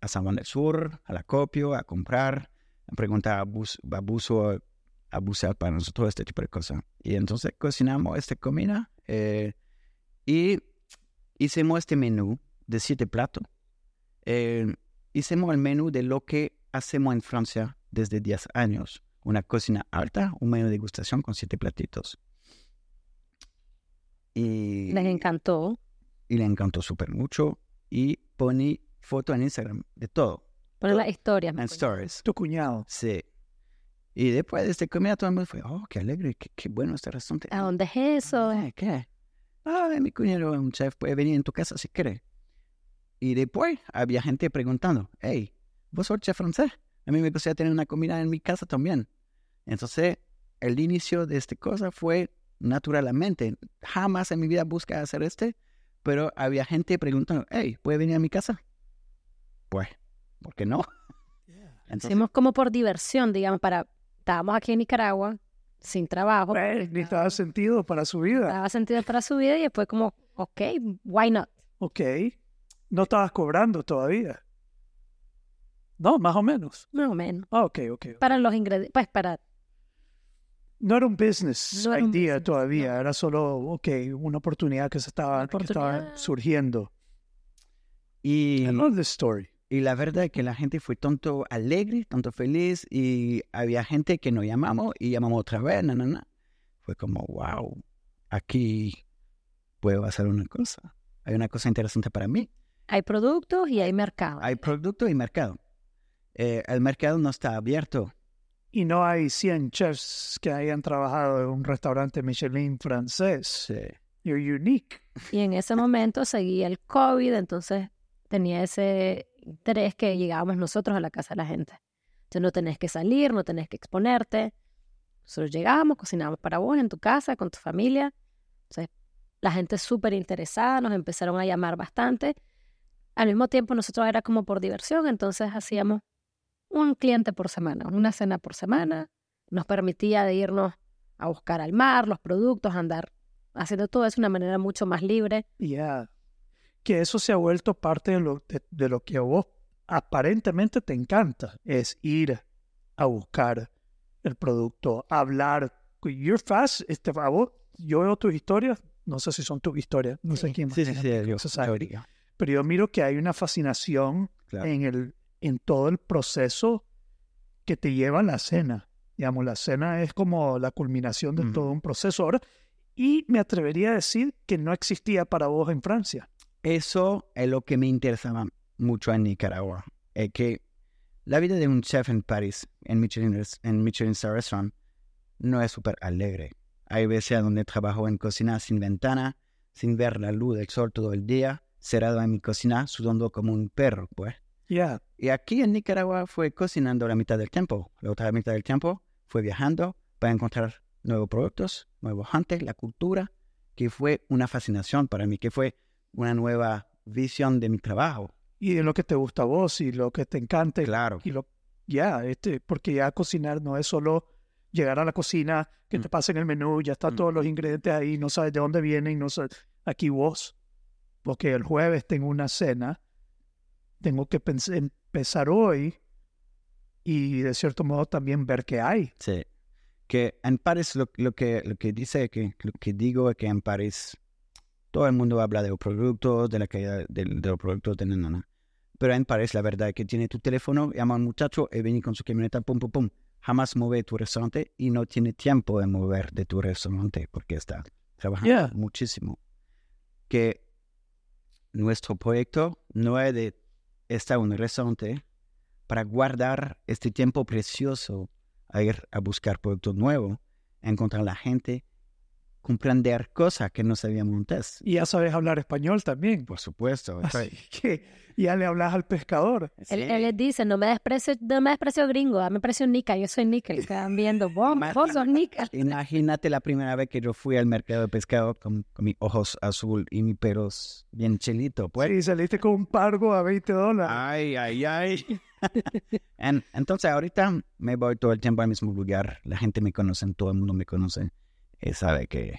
S2: a San Juan del Sur, a la Copio, a comprar, a preguntar a Bus- a Buzo, a Busal para nosotros, este tipo de cosas. Y entonces cocinamos esta comida eh, y hicimos este menú de siete platos. Eh, hicimos el menú de lo que hacemos en Francia desde 10 años. Una cocina alta, un menú de degustación con siete platitos. Y
S3: Les encantó.
S2: y le encantó súper mucho. Y poní foto en Instagram de todo,
S3: Poner las historias.
S2: en
S3: me acuerdo.
S2: stories.
S1: Tu cuñado.
S2: Sí. Y después de este comida todo el mundo fue, oh, qué alegre, qué, qué bueno este restaurante.
S3: ¿A dónde es eso?
S2: Ah, ¿Qué? Ah, mi cuñado es un chef, puede venir en tu casa si quiere. Y después había gente preguntando, hey, ¿vos sos chef francés? A mí me gustaría tener una comida en mi casa también. Entonces, el inicio de esta cosa fue naturalmente. Jamás en mi vida busqué hacer este, pero había gente preguntando, hey, ¿puede venir a mi casa? Pues, ¿por qué no? Entonces,
S3: Hicimos como por diversión, digamos, para... Estábamos aquí en Nicaragua, sin trabajo.
S1: Pues, necesitaba sentido para su vida.
S3: Daba sentido para su vida y después como, ok, why not?
S1: Ok. No estabas cobrando todavía. No, más o menos.
S3: Más o menos.
S1: Ah, ok, ok.
S3: Para los ingredientes, pues para...
S1: No era un business
S3: No era un
S1: idea
S3: business,
S1: todavía, era solo, ok, una oportunidad que se estaba,
S3: Una
S1: que estaba
S3: oportunidad.
S1: surgiendo.
S2: y...
S1: I love this story.
S2: Y la verdad es que la gente fue tanto alegre, tanto feliz, y había gente que nos llamamos y llamamos otra vez, na, na, na. Fue como, wow, aquí puedo hacer una cosa. Hay una cosa interesante para mí.
S3: Hay productos y hay mercado.
S2: Hay producto y mercado. Eh, el mercado no está abierto.
S1: Y no hay 100 chefs que hayan trabajado en un restaurante Michelin francés.
S2: Sí.
S1: You're unique.
S3: Y en ese momento seguía el COVID, entonces tenía ese interés que llegábamos nosotros a la casa de la gente. Entonces no tenés que salir, no tenés que exponerte. Nosotros llegábamos, cocinábamos para vos en tu casa, con tu familia. Entonces, La gente súper interesada, nos empezaron a llamar bastante. Al mismo tiempo, nosotros era como por diversión, entonces hacíamos un cliente por semana, una cena por semana. Nos permitía de irnos a buscar al mar, los productos, andar haciendo todo eso de una manera mucho más libre.
S1: Yeah. Que eso se ha vuelto parte de lo, de, de lo que a vos aparentemente te encanta, es ir a buscar el producto, hablar. You're fast, este, a vos, yo veo tus historias, no sé si son tus historias, no sé quién más
S2: Sí, sí,
S1: tiene
S2: sí,
S1: Pico
S2: yo,
S1: Society,
S2: yo diría.
S1: pero yo miro que hay una fascinación
S2: Claro.
S1: en, el, en todo el proceso que te lleva a la cena. Digamos, la cena es como la culminación de
S2: Ujú.
S1: todo un proceso ahora. Y me atrevería a decir que no existía para vos en Francia.
S2: Eso es lo que me interesaba mucho en Nicaragua. Es que la vida de un chef en París, en Michelin, res- en Michelin Star Restaurant, no es súper alegre. Hay veces donde trabajo en cocina sin ventana, sin ver la luz del sol todo el día, cerrado en mi cocina, sudando como un perro, pues.
S1: Yeah.
S2: Y aquí en Nicaragua fue cocinando la mitad del tiempo. La otra mitad del tiempo fue viajando para encontrar nuevos productos, nuevos antes, la cultura, que fue una fascinación para mí, que fue una nueva visión de mi trabajo.
S1: Y de lo que te gusta a vos y lo que te encanta. y-
S2: Claro.
S1: Y lo, ya, este, porque ya cocinar no es solo llegar a la cocina, que te
S2: Mm.
S1: pasen el menú, ya están
S2: Mm.
S1: todos los ingredientes ahí, no sabes de dónde vienen, no sabes. Aquí vos, porque el jueves tengo una cena, tengo que pens- empezar hoy y de cierto modo también ver qué hay.
S2: Sí. Que en París lo, lo que, lo que dice, que, lo que digo es que en París todo el mundo habla de los productos, de la calidad de, de los productos, de na, na, na. Pero en París la verdad es que tiene tu teléfono, llama a un muchacho y viene con su camioneta, pum, pum, pum. Jamás mueve tu restaurante y no tiene tiempo de mover de tu restaurante porque está trabajando
S1: Yeah.
S2: muchísimo. Que nuestro proyecto no es de estar en un restaurante para guardar este tiempo precioso a ir a buscar productos nuevos, a encontrar la gente, comprender cosas que no sabíamos antes.
S1: Y ya sabes hablar español también. <laughs>
S2: Por supuesto.
S1: Así que ya le hablas al pescador.
S3: Él, él les dice, no me desprecio, no me desprecio gringo, dame precio nica, yo soy nica.
S2: <laughs>
S3: Y Están viendo, vos,
S2: Más-
S3: vos sos nica.
S2: Imagínate la primera vez que yo fui al mercado de pescado con, con mis ojos azul y mis pelos bien chelitos. Pues. Ah.
S1: Y saliste con un pargo a 20 dólares.
S2: Ay, ay, ay. <laughs> En- entonces ahorita me voy todo el tiempo al mismo lugar. La gente me conoce, todo el mundo me conoce. eh, sabe que,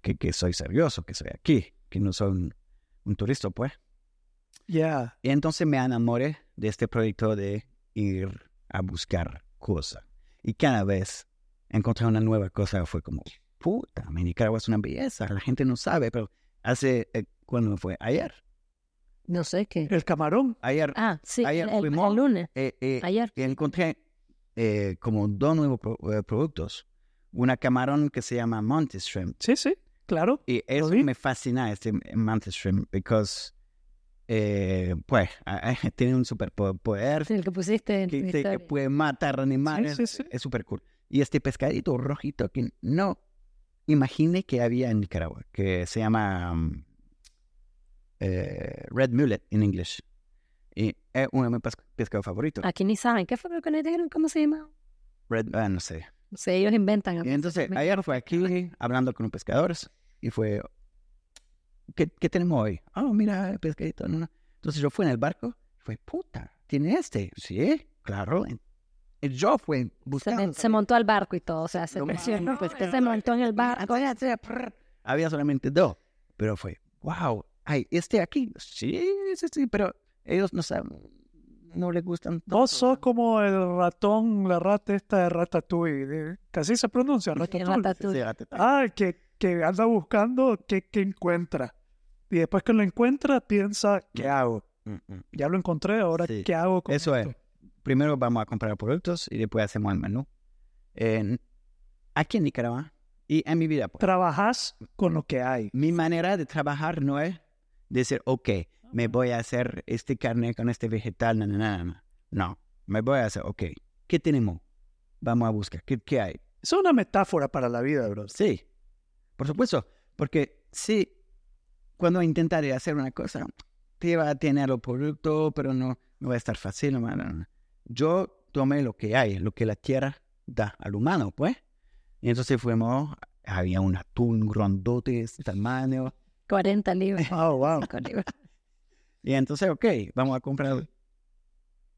S2: que, que soy serioso, que soy aquí, que no soy un, un turista, pues.
S1: Ya.
S2: Y entonces me enamoré de este proyecto de ir a buscar cosas. Y cada vez encontrar una nueva cosa fue como, puta, mi Nicaragua es una belleza, la gente no sabe, pero hace, eh, ¿cuándo fue? Ayer.
S3: No sé qué.
S1: El camarón.
S2: Ayer
S3: Ah, sí,
S2: Ayer
S3: el, el-
S2: fuimos-
S3: el lunes,
S2: eh, eh,
S3: ayer.
S2: y encontré eh, como dos nuevos pro- eh, productos. Una camarón que se llama Monty Shrimp.
S1: Sí, sí, claro.
S2: Y eso
S1: vi.
S2: me fascina, este Monty Shrimp, because, eh, pues, ah, ah, <laughs> tiene un superpoder
S3: El que pusiste en tu
S2: que, dice que
S3: historia.
S2: puede matar animales.
S1: sí, sí.
S2: Es súper cool. Y este pescadito rojito que no imaginé que había en Nicaragua, que se llama um, eh, Red Mullet en inglés. Y es uno de mis pes- pescados favoritos.
S1: Ah.
S3: Aquí ni saben, ¿qué fue lo que nos dijeron? ¿Cómo se llama?
S2: Red, ah, no sé.
S3: O sea, ellos inventan.
S2: Y entonces, ayer fue aquí hablando con los pescadores y fue, ¿qué, qué tenemos hoy? Oh, mira, el pescadito. no, no. Entonces yo fui en el barco, fue, puta, ¿tiene este? Sí, claro. Y yo fui
S3: se,
S2: buscando.
S3: men- se montó al barco y todo, o sea, se
S2: Lo
S3: <laughs>
S2: más-
S3: presionó,
S2: pues, que-
S3: se montó en el barco.
S2: Había solamente dos, pero fue, wow, hay este aquí. Sí, sí, sí, pero ellos no saben, no les gustan.
S1: Vos
S2: tanto.
S1: sos como el ratón, la rata esta de Ratatouille. de- Casi se pronuncia Ratatouille.
S3: Ratatouille.
S2: Sí, ratatouille.
S1: Ah, que, que anda buscando qué qué encuentra. Y después que lo encuentra, piensa, ¿qué hago?
S2: Mm, mm.
S1: Ya lo encontré, ahora
S2: Sí,
S1: ¿qué hago con
S2: Eso
S1: esto?
S2: es. Primero vamos a comprar productos y después hacemos el menú. En- aquí en Nicaragua y en mi vida. pues.
S1: Trabajás con lo que hay.
S2: Mi manera de trabajar no es decir, ok, me voy a hacer este carne con este vegetal, na, na, na, na, na". No, me voy a hacer, ok, ¿qué tenemos? Vamos a buscar, ¿qué, qué hay?
S1: Es una metáfora para la vida, bro.
S2: Sí, por supuesto, porque sí, cuando intentaré hacer una cosa, te va a tener los productos, pero no, no va a estar fácil. no, no, no. Yo tomé lo que hay, lo que la tierra da al humano, pues. Y entonces fuimos, había un atún grandote, de este tamaño, <laughs>
S3: 40 libras.
S1: Ah,
S2: Oh, wow.
S3: 5 libras.
S2: Y entonces, ok, vamos a comprar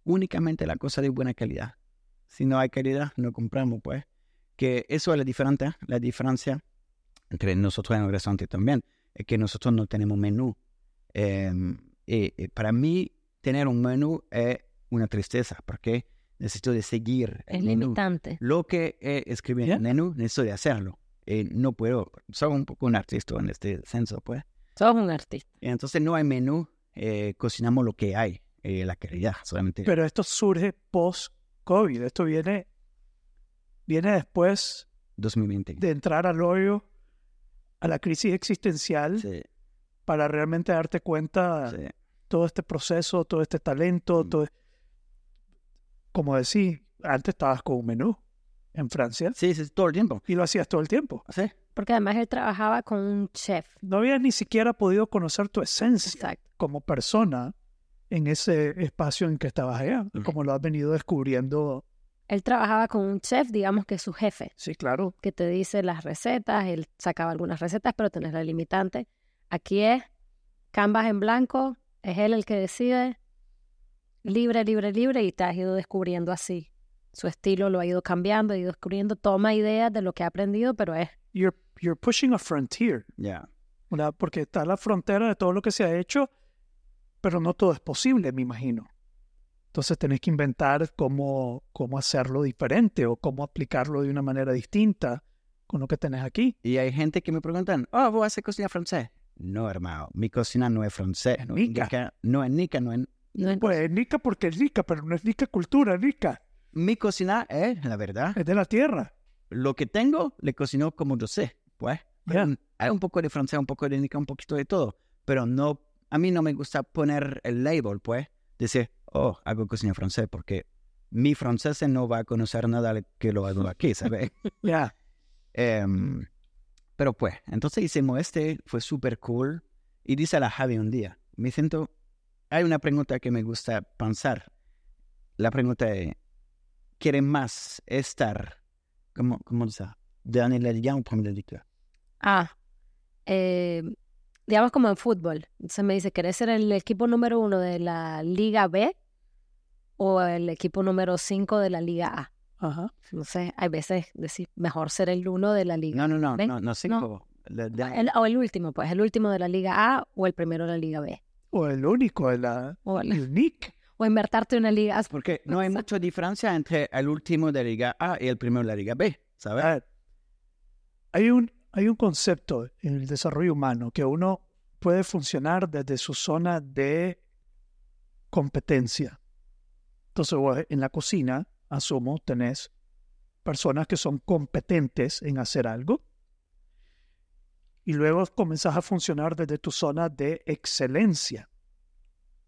S2: únicamente la cosa de buena calidad. Si no hay calidad, no compramos, pues. Que eso es la diferencia, la diferencia entre nosotros en el restaurante también. Es que nosotros no tenemos menú. Eh, y- y para mí, tener un menú es una tristeza, porque necesito de seguir el
S3: Es
S2: menú.
S3: limitante.
S2: Lo que eh, escribí en
S1: Ya.
S2: el menú, necesito de hacerlo. Eh, no puedo, soy un poco un artista en este senso, pues.
S3: Sos un artista.
S2: Entonces no hay menú, eh, cocinamos lo que hay, eh, la calidad solamente.
S1: Pero esto surge post-COVID. Esto viene, viene después
S2: 2020.
S1: de entrar al hoyo, a la crisis existencial,
S2: Sí,
S1: para realmente darte cuenta
S2: sí.
S1: todo este proceso, todo este talento,
S2: Mm.
S1: todo... Como decís, antes estabas con un menú en Francia
S2: Sí, sí, todo el tiempo.
S1: y lo hacías todo el tiempo.
S2: Sí,
S3: Porque además él trabajaba con un chef.
S1: No habías ni siquiera podido conocer tu esencia
S3: Exacto.
S1: como persona en ese espacio en que estabas allá,
S2: Ujú.
S1: como lo has venido descubriendo.
S3: Él trabajaba con un chef, digamos que es su jefe,
S1: Sí, claro.
S3: que te dice las recetas. Él sacaba algunas recetas, pero tenés la limitante. Aquí es canvas en blanco, es él el que decide. Libre, libre, libre, y te has ido descubriendo así. Su estilo lo ha ido cambiando, ha ido descubriendo, toma ideas de lo que ha aprendido, pero es
S1: You're, you're pushing a frontier,
S2: ya.
S1: ¿verdad? porque está la frontera de todo lo que se ha hecho, pero no todo es posible, me imagino. Entonces tenés que inventar cómo, cómo hacerlo diferente o cómo aplicarlo de una manera distinta con lo que tenés aquí.
S2: Y hay gente que me preguntan, oh, ¿vos haces cocina francés? No, hermano, mi cocina no es francés. No es
S1: Nica.
S2: nica, no es nica, no es...
S3: no es-
S1: Pues es nica porque es rica, pero no es nica cultura, es nica.
S2: Mi cocina es, la verdad,
S1: Es de la tierra.
S2: lo que tengo, le cocino como yo sé, pues.
S1: Ya.
S2: Mm, Hay un poco de francés, un poco de nica, un poquito de todo, pero no, a mí no me gusta poner el label, pues, decir, oh, hago cocina francés, porque mi francés no va a conocer nada de que lo hago aquí, ¿sabes?
S1: Ya.
S2: Em, pero pues, entonces hicimos este, fue súper cool, y dice a la Javi un día, me siento, hay una pregunta que me gusta pensar, la pregunta es, ¿quiere más estar, ¿cómo, cómo se dice? Dernier la liga o premier la liga?
S3: Ah, eh, digamos como en fútbol. Entonces me dice, ¿querés ser el equipo número uno de la Liga B o el equipo número cinco de la Liga A?
S1: Ajá.
S3: Entonces, hay veces decir, mejor ser el uno de la Liga.
S2: No, no, no,
S3: ¿Ven?
S2: no, no cinco. La- la-
S3: Ah, El- o el último, pues, el último de la Liga A o el primero de la Liga B.
S1: O el único, el, ah,
S3: O, el-
S1: el nick.
S3: o invertarte en una Liga A.
S2: Porque no hay mucha diferencia entre el último de la Liga A y el primero de la Liga B, ¿sabes?
S1: A ver, hay un, hay un concepto en el desarrollo humano que uno puede funcionar desde su zona de competencia. Entonces, vos en la cocina, asumo, tenés personas que son competentes en hacer algo. Y luego comenzás a funcionar desde tu zona de excelencia.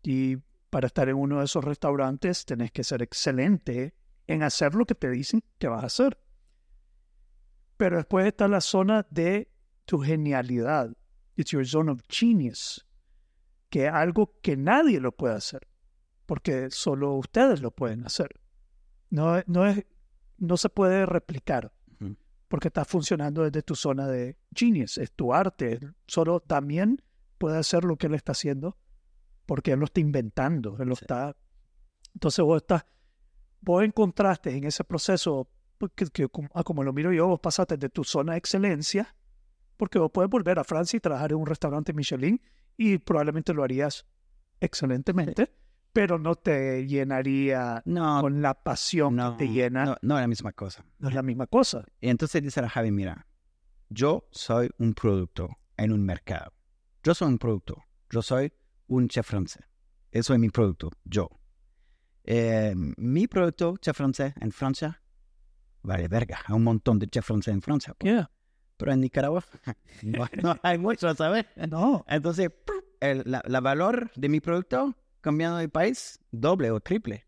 S1: Y para estar en uno de esos restaurantes, tenés que ser excelente en hacer lo que te dicen que vas a hacer. Pero después está la zona de tu genialidad. It's your zone of genius. Que es algo que nadie lo puede hacer. Porque solo ustedes lo pueden hacer. No, es- no, es, no se puede replicar.
S2: Ujú.
S1: Porque está funcionando desde tu zona de genius. Es tu arte. Solo también puede hacer lo que él está haciendo. Porque él lo está inventando. Él lo
S2: Sí.
S1: está. Entonces vos estás. Vos encontraste en ese proceso porque que como, ah, como lo miro yo, vos pasaste de tu zona de excelencia, porque vos puedes volver a Francia y trabajar en un restaurante Michelin y probablemente lo harías excelentemente, pero no te llenaría
S2: No,
S1: con la pasión
S2: no,
S1: que te llena. No.
S2: no, no es la misma cosa.
S1: es la misma cosa.
S2: Y entonces dice la Javi, mira, yo soy un producto en un mercado. Yo soy un producto. Yo soy un chef francés. Eso es mi producto, yo. Eh, mi producto, chef francés en Francia, vale verga. Hay un montón de chef francés en Francia. pues.
S1: Yeah.
S2: Pero en Nicaragua <laughs> no, no hay mucho, ¿sabes?
S1: No,
S2: Entonces, ¡pum! el la, la valor de mi producto cambiando de país, doble o triple.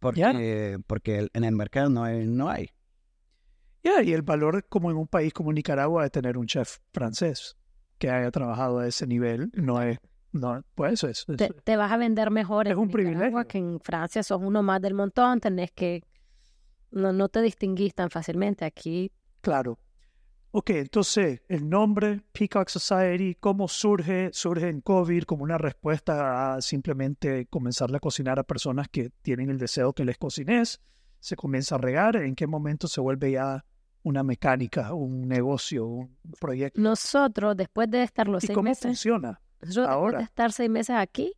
S2: Porque, porque el- en el mercado no hay. No hay.
S1: yeah, y el valor como en un país como Nicaragua de tener un chef francés que haya trabajado a ese nivel, no es, no, pues eso es,
S3: Te, te vas a vender mejor
S1: Es
S3: en
S1: un
S3: Nicaragua
S1: privilegio.
S3: que en Francia. Sos uno más del montón. Tenés que... No, no te distinguís tan fácilmente. Aquí
S1: claro. Ok, entonces el nombre Peacock Society, ¿cómo surge? Surge en COVID como una respuesta a simplemente comenzarle a cocinar a personas que tienen el deseo que les cocines. Se comienza a regar. ¿En qué momento se vuelve ya una mecánica, un negocio, un proyecto?
S3: Nosotros, después de estar los
S1: ¿Y
S3: seis
S1: cómo
S3: meses,
S1: funciona?
S3: Nosotros después
S1: Ahora.
S3: de estar seis meses aquí,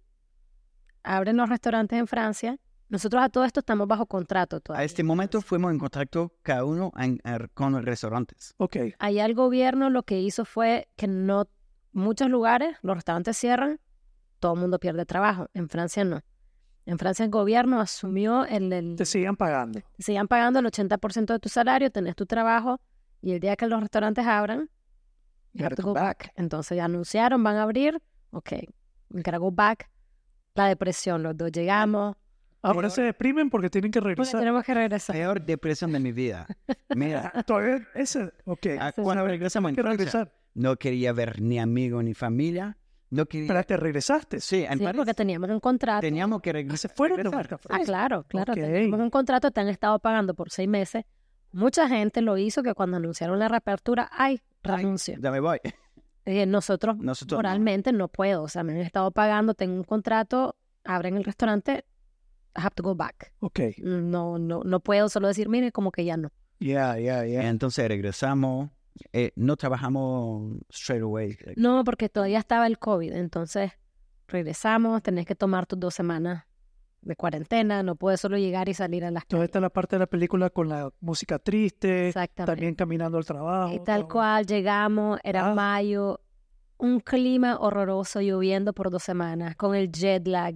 S3: abren los restaurantes en Francia. Nosotros a todo esto estamos bajo contrato
S2: A
S3: todavía.
S2: este momento fuimos en contacto cada uno en- en- con restaurantes.
S1: Ok,
S3: Allá el gobierno lo que hizo fue que no muchos lugares, los restaurantes cierran, todo el mundo pierde trabajo. En Francia no. En Francia el gobierno asumió el, el
S1: te sigan pagando.
S3: te sigan pagando el 80% de tu salario, tenés tu trabajo y el día que los restaurantes abran, you have to go back. Entonces ya anunciaron, van a abrir, ok, we gotta go back. La depresión, los dos llegamos,
S1: Ahora
S2: Peor.
S1: se deprimen porque tienen que
S3: porque
S1: regresar.
S3: Pues tenemos que regresar.
S2: Peor depresión de mi vida. Mira,
S3: <laughs>
S1: Todavía ese, ok, hay
S2: a- cuando regresamos en
S1: que
S2: Francia,
S1: regresar.
S2: no quería ver ni amigo ni familia. No quería...
S1: Pero te regresaste.
S2: Sí, en
S3: Sí,
S2: París
S3: porque teníamos un contrato.
S2: teníamos que regresar.
S1: Se fueron de
S2: regresar.
S1: vuelta a
S3: Ah,
S1: Francia.
S3: claro, claro.
S1: Ok.
S3: Teníamos un contrato, te han estado pagando por seis meses. Mucha gente lo hizo que cuando anunciaron la reapertura, ay, renuncio.
S2: Ya me voy. <laughs>
S3: Eh, nosotros
S2: Nosotros no.
S3: moralmente no puedo, o sea, me han estado pagando, tengo un contrato, abren el restaurante, I have to go back.
S1: Ok,
S3: no, no, no puedo solo decir, mire, como que ya no.
S1: yeah, yeah, yeah.
S2: Entonces regresamos. eh, no trabajamos straight away.
S3: No, porque todavía estaba el COVID, entonces regresamos, tenés que tomar tus dos semanas de cuarentena, no puedes solo llegar y salir a las
S1: Entonces
S3: calles.
S1: está la parte de la película con la música triste,
S3: Exactamente.
S1: también caminando al trabajo.
S3: Y
S2: Oh,
S3: tal
S1: todo.
S3: cual, llegamos, era
S1: Ah.
S3: mayo, un clima horroroso, lloviendo por dos semanas, con el jet lag,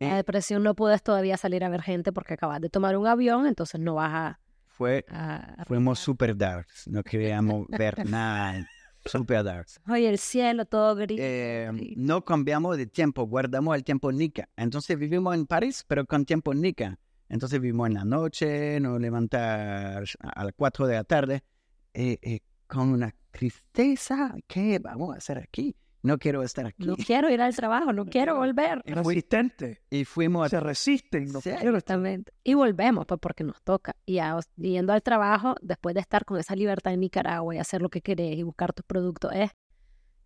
S3: la
S2: Eh.
S3: depresión, no puedes todavía salir a ver gente porque acabas de tomar un avión, entonces no vas a...
S2: Fue,
S3: a- a-
S2: fuimos super darks. No queríamos ver nada. Super darks.
S3: Oye, el cielo todo gris.
S2: Eh,
S3: Sí.
S2: no cambiamos de tiempo, guardamos el tiempo Nica. Entonces vivimos en París, pero con tiempo Nica. Entonces vivimos en la noche, nos levantamos a a las 4 de la tarde eh, eh, con una tristeza. ¿Qué vamos a hacer aquí? No quiero estar aquí.
S3: No quiero ir al trabajo, no
S2: <laughs>
S3: quiero volver.
S2: Y, fui-
S1: Resistente.
S2: y fuimos
S3: <laughs>
S1: Se
S2: a... <laughs>
S1: resisten. No
S2: Sí.
S1: quiero estar-
S3: Exactamente. Y volvemos, pues porque nos toca. Y a- yendo al trabajo, después de estar con esa libertad en Nicaragua y hacer lo que querés y buscar tus productos, es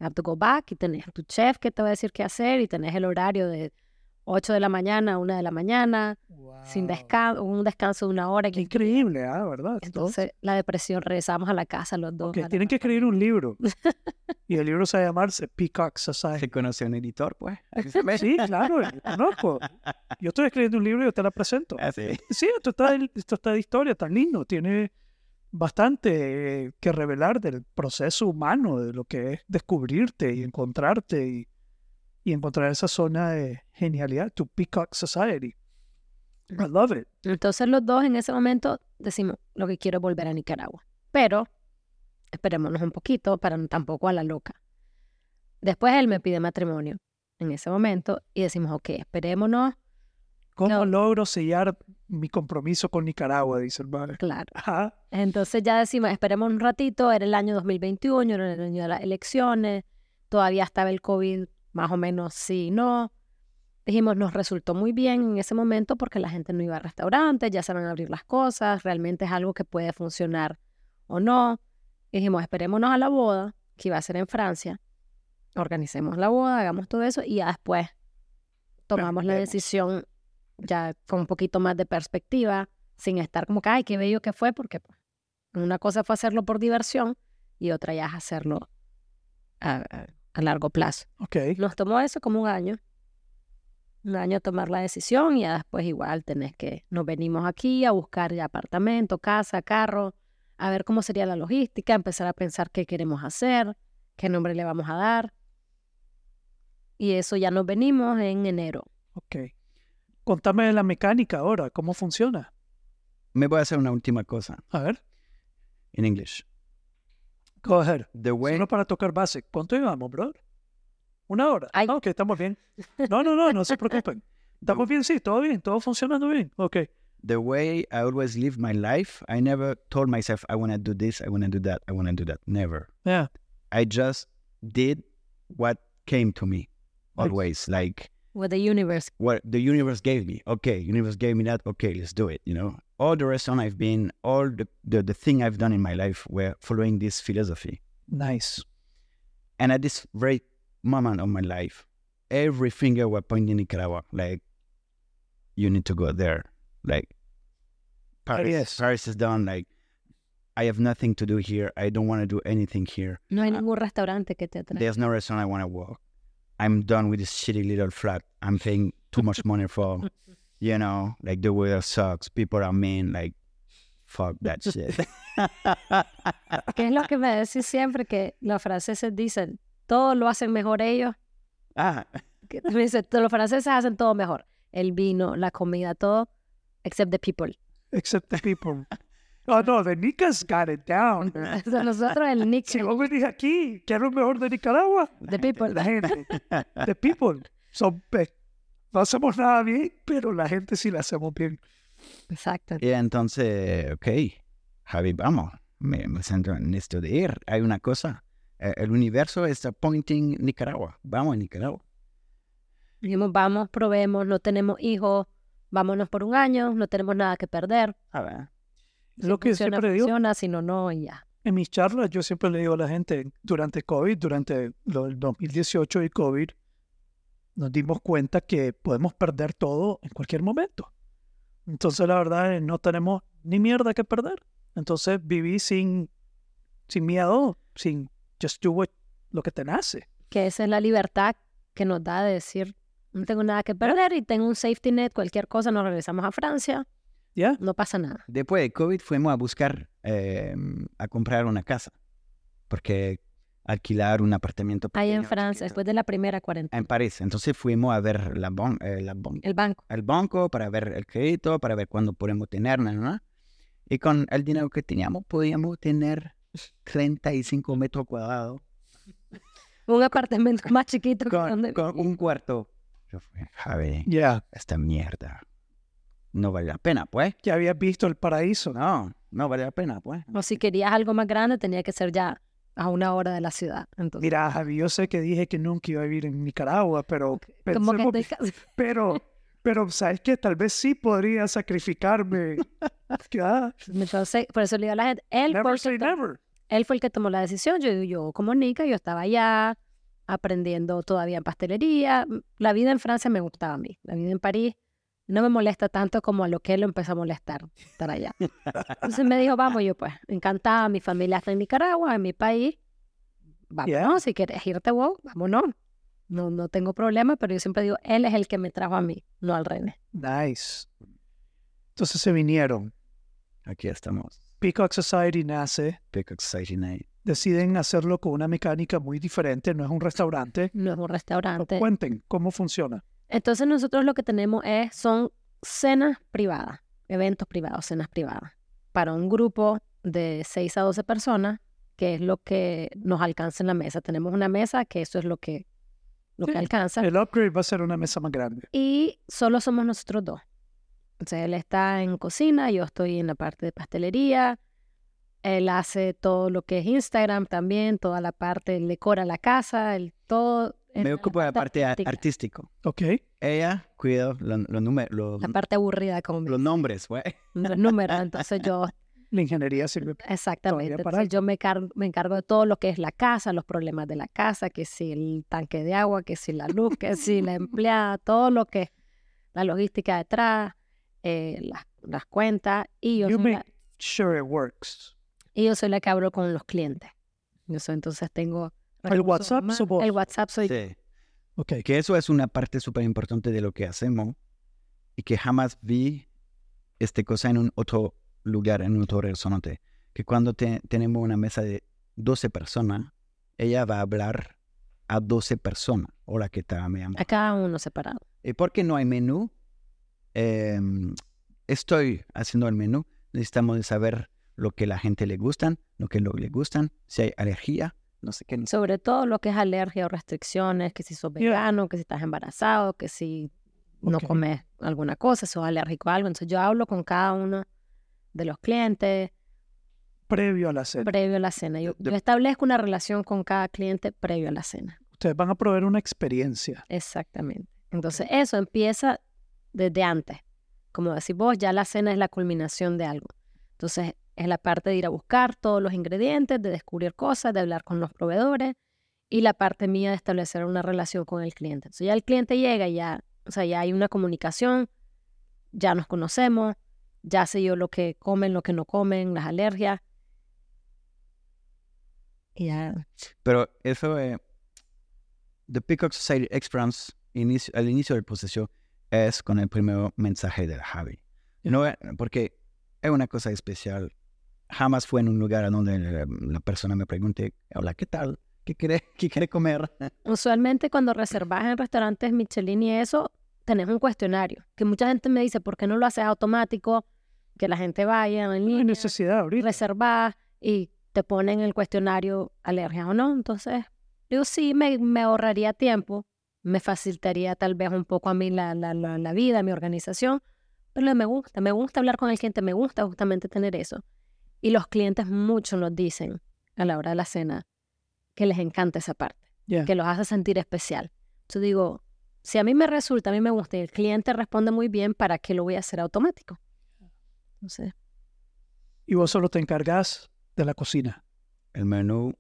S3: you have to go back y tenés tu chef que te va a decir qué hacer y tenés el horario de 8 de la mañana a 1 de la mañana, sin descanso, un descanso de una hora.
S1: Qué increíble, ah, ¿verdad? Entonces,
S3: Entonces, la depresión, regresamos a la casa los dos. a la-
S1: tienen que escribir un
S3: <laughs>
S1: libro. y el libro se va a llamarse Peacock Society.
S2: Se conoce un editor,
S3: <laughs>
S2: pues.
S1: Sí,
S2: <laughs>
S1: claro, yo conozco. Yo estoy escribiendo un libro y yo te la presento.
S2: Así.
S1: Sí, esto está, esto está de historia, tan lindo. Tiene bastante eh, que revelar del proceso humano, de lo que es descubrirte y encontrarte y, y encontrar esa zona de genialidad, tu Peacock Society. I love it.
S3: Entonces los dos en ese momento decimos, lo que quiero es volver a Nicaragua. Pero esperémonos un poquito para no tampoco a la loca. Después él me pide matrimonio en ese momento y decimos, ok, esperémonos,
S1: ¿Cómo
S3: No.
S1: logro sellar mi compromiso con Nicaragua? Dice el man.
S3: claro.
S1: Ajá.
S3: Entonces ya decimos, esperemos un ratito, era el año 2021, era el año de las elecciones, todavía estaba el COVID, más o menos sí y no. Dijimos, nos resultó muy bien en ese momento porque la gente no iba a restaurantes, ya se van a abrir las cosas, realmente es algo que puede funcionar o no. Dijimos, esperémonos a la boda, que iba a ser en Francia, organicemos la boda, hagamos todo eso y ya después tomamos la
S1: Vemos.
S3: decisión ya con un poquito más de perspectiva, sin estar como que, ay, qué bello que fue, porque pues, una cosa fue hacerlo por diversión y otra ya es hacerlo a- a- a largo plazo.
S1: Ok.
S3: Nos tomó eso como un año. Un año tomar la decisión y ya después igual tenés que, nos venimos aquí a buscar ya apartamento, casa, carro, a ver cómo sería la logística, empezar a pensar qué queremos hacer, qué nombre le vamos a dar. Y eso ya nos venimos en enero.
S1: Ok. Contame de la mecánica ahora, ¿cómo funciona?
S2: Me voy a hacer una última cosa
S1: A ver.
S2: en inglés.
S1: Go ahead.
S2: The way...
S1: Solo para tocar base. ¿Cuánto llevamos, bro? Una hora.
S3: Ay.
S1: Ah, ok, estamos
S3: <laughs>
S1: bien. No, no, no, no se preocupen. Estamos bien, sí, todo bien, todo funcionando bien. Ok.
S2: the way I always live my life, I never told myself, I want to do this, I want to do that, I want to do that. Never.
S1: Yeah.
S2: I just did what came to me
S1: Nice.
S2: always. Like,
S3: What the universe.
S2: what the universe gave me. Okay, universe gave me that. Okay, let's do it. You know, all the restaurant I've been, all the, the, the thing I've done in my life were following this philosophy.
S1: Nice.
S2: And at this very moment of my life, every finger were pointing Nicaragua. Like, you need to go there. Like, Paris,
S1: yes.
S2: Paris is done. Like, I have nothing to do here. I don't want to do anything here.
S3: No hay ningún restaurante que te atraiga.
S2: There's no restaurant I want to walk. I'm done with this shitty little flat. I'm paying too much money for, you know, like the weather sucks. People are mean. Like, fuck that shit.
S3: Que
S1: Ah.
S3: es lo que me decís siempre que los franceses dicen, todo lo hacen mejor ellos.
S1: <laughs>
S2: ah,
S3: Que me dice, "Todos los franceses hacen todo mejor. El vino, la comida, todo, except the people.
S1: Except the people. Oh, no, the Nicas got it down.
S3: <laughs> Entonces,
S1: <laughs>
S3: Nosotros el
S1: Si
S3: Nietzsche,
S1: Ah. vos venís aquí, ¿qué es lo mejor de Nicaragua? <laughs>
S3: the people.
S1: La gente. The people. Son, pe- no hacemos nada bien, pero la gente sí la hacemos bien.
S3: Exacto.
S2: y entonces, ok, Javi, vamos. Me, me centro en esto de ir. Hay una cosa. eh, El universo está pointing Nicaragua. Vamos a Nicaragua.
S3: Dijimos, vamos, probemos, no tenemos hijos, vámonos por un año, no tenemos nada que perder.
S2: A ver.
S1: Es lo que
S3: funciona,
S1: siempre digo.
S3: funciona, si no, no, y ya.
S1: En mis charlas yo siempre le digo a la gente, durante COVID, durante lo del 2018 y COVID, nos dimos cuenta que podemos perder todo en cualquier momento. Entonces la verdad es, no tenemos ni mierda que perder. Entonces viví sin, sin miedo, sin just do what- lo que te nace.
S3: Que esa es la libertad que nos da de decir, no tengo nada que perder y tengo un safety net, cualquier cosa, nos regresamos a Francia,
S1: ¿Ya?
S3: no pasa nada.
S2: Después de COVID fuimos a buscar, eh, a comprar una casa, porque alquilar un apartamento.
S3: Ahí en
S2: pequeño,
S3: Francia, pues.
S2: chiquito,
S3: después de la primera cuarentena,
S2: En París. Entonces fuimos a ver la bon- eh, la bon-
S3: el banco.
S2: el banco para ver el crédito, para ver cuándo podemos tener, na, na, na. Y con el dinero que teníamos podíamos tener 35 metros cuadrados
S3: Un apartamento más chiquito que
S2: con,
S3: donde-
S2: con un cuarto. Yo fui, Javi,
S1: Ya.
S2: esta mierda no vale la pena, pues.
S1: Ya habías visto el paraíso.
S2: No, no vale la pena, pues.
S3: O si querías algo más grande, tenía que ser ya a una hora de la ciudad. Entonces,
S1: Mira, Javi, yo sé que dije que nunca iba a vivir en Nicaragua, pero
S3: como que
S1: pensemos-
S3: estoy casi-
S1: pero, pero sabes que tal vez sí podría
S3: <laughs>
S1: sacrificarme. Ya,
S3: Entonces, por eso le digo a la gente, él fue,
S1: never
S3: el que
S1: say
S3: to-
S1: never.
S3: él fue el que tomó la decisión. Yo, yo como Nica, yo estaba allá aprendiendo todavía en pastelería. La vida en Francia me gustaba a mí. La vida en París no me molesta tanto como a lo que él lo empezó a molestar estar allá. Entonces me dijo, vamos, yo pues, encantada, mi familia está en Nicaragua, en mi país. Vamos,
S1: Yeah.
S3: si quieres irte, wow, vámonos. No, no tengo problema, pero yo siempre digo, él es el que me trajo a mí, no al René.
S1: Nice. Entonces se vinieron.
S2: Aquí estamos.
S1: Peacock Society nace.
S2: Peacock Society Night.
S1: Deciden hacerlo con una mecánica muy diferente. No es un restaurante.
S3: No es un
S1: Pero
S3: restaurante.
S1: Cuenten cómo funciona.
S3: Entonces nosotros lo que tenemos es, son cenas privadas, eventos privados, cenas privadas, para un grupo de 6 a 12 personas, que es lo que nos alcanza en la mesa. Tenemos una mesa que eso es lo que, lo que
S1: Sí.
S3: alcanza.
S1: El upgrade va a ser una mesa más grande.
S3: Y solo somos nosotros dos. O sea, él está en cocina, yo estoy en la parte de pastelería. Él hace todo lo que es Instagram también, toda la parte, él decora la casa, él todo.
S2: Me ocupo de la parte a-
S3: artística,
S2: artística.
S1: Ok.
S2: Ella cuida los números, los,
S3: La parte aburrida, como me
S2: los nombres, pues. güey.
S3: los números. Entonces yo,
S1: La ingeniería sirve.
S3: exactamente.
S1: para
S3: Entonces
S1: algo.
S3: yo me, car- me encargo de todo lo que es la casa, los problemas de la casa, que si el tanque de agua, que si la luz, que si la empleada, todo lo que la logística detrás, eh, las, las cuentas. Y yo,
S1: You
S3: soy
S1: make
S3: la,
S1: sure it works.
S3: y yo soy la que hablo con los clientes. Yo soy, entonces tengo... recursos
S1: WhatsApp
S3: humanos.
S1: sos vos.
S3: El WhatsApp soy
S2: Sí.
S1: Ok.
S2: Que eso es una parte súper importante de lo que hacemos y que jamás vi esta cosa en un otro lugar, en otro restaurante. Que cuando te- tenemos una mesa de 12 personas, ella va a hablar a 12 personas. Hola, ¿qué tal? Me llamo.
S3: a cada uno separado.
S2: ¿Y por qué no hay menú? Eh, estoy haciendo el menú. Necesitamos saber lo que la gente le gustan, lo que no le gustan, si hay alergia, no sé qué. no sé.
S3: Sobre todo lo que es alergia o restricciones, que si sos
S1: Yeah.
S3: vegano, que si estás embarazado, que si no
S1: Ok.
S3: comes alguna cosa, sos alérgico a algo. Entonces yo hablo con cada uno de los clientes
S1: Previo a la cena.
S3: previo a la cena. Yo,
S2: Eh, De-
S3: yo establezco una relación con cada cliente previo a la cena.
S1: Ustedes van a proveer una experiencia.
S3: Exactamente. Entonces, eso empieza desde antes. Como decís vos, ya la cena es la culminación de algo. Entonces, es la parte de ir a buscar todos los ingredientes, de descubrir cosas, de hablar con los proveedores y la parte mía de establecer una relación con el cliente. Entonces, ya el cliente llega, ya, o sea, ya hay una comunicación, ya nos conocemos, ya sé yo lo que comen, lo que no comen, las alergias. Y ya,
S2: Pero eso, eh, The Peacock Society Experience, inicio, al inicio del proceso, es con el primer mensaje de la Javi. No, es- porque es una cosa especial. Jamás fue en un lugar a donde la, la persona me pregunte, hola, ¿qué tal? ¿Qué quiere, <laughs> qué quiere comer?
S3: Usualmente cuando reservas en restaurantes Michelin y eso, tenés un cuestionario, que mucha gente me dice, ¿por qué no lo haces automático? Que la gente vaya en
S1: No hay
S3: línea,
S1: necesidad ahorita.
S3: reservas y te ponen el cuestionario alergia o no. Entonces, digo, sí, me, me ahorraría tiempo, me facilitaría tal vez un poco a mí la, la, la, la vida, mi organización, pero me gusta, me gusta hablar con el cliente, me gusta justamente tener eso. Y los clientes mucho nos dicen a la hora de la cena que les encanta esa parte
S1: Ya.
S3: que los hace sentir especial. Yo digo, si a mí me resulta, a mí me gusta y el cliente responde muy bien, ¿para qué lo voy a hacer automático? Entonces,
S1: Y vos solo te encargas de la cocina.
S2: El menú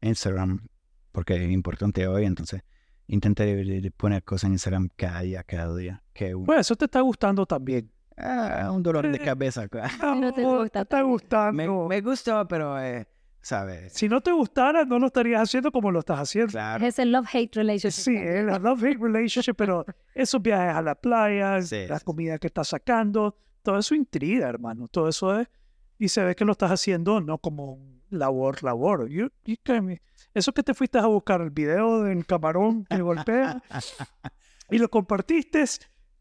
S2: Instagram, porque es importante hoy, entonces intenté de- de poner cosas en Instagram cada día, cada día. Que un,
S1: Bueno, eso te está gustando
S3: <laughs>
S1: también.
S2: ah, un dolor de
S1: eh,
S2: cabeza. <laughs>
S1: No
S3: Pero te gusta
S1: está gustando.
S2: Me, me gustó, pero, eh, ¿sabes?
S1: Si no te gustara, no lo estarías haciendo como lo estás haciendo.
S2: Claro.
S3: es el love-hate relationship.
S1: Sí, es la love-hate relationship,
S3: <laughs>
S1: pero esos viajes a la playa,
S2: Sí,
S1: la
S2: sí,
S1: comida que estás sacando, todo eso intriga, hermano. Todo eso es. Y se ve que lo estás haciendo no como un labor, labor. You- you can- eso que te fuiste a buscar, el video del camarón que golpea y lo compartiste,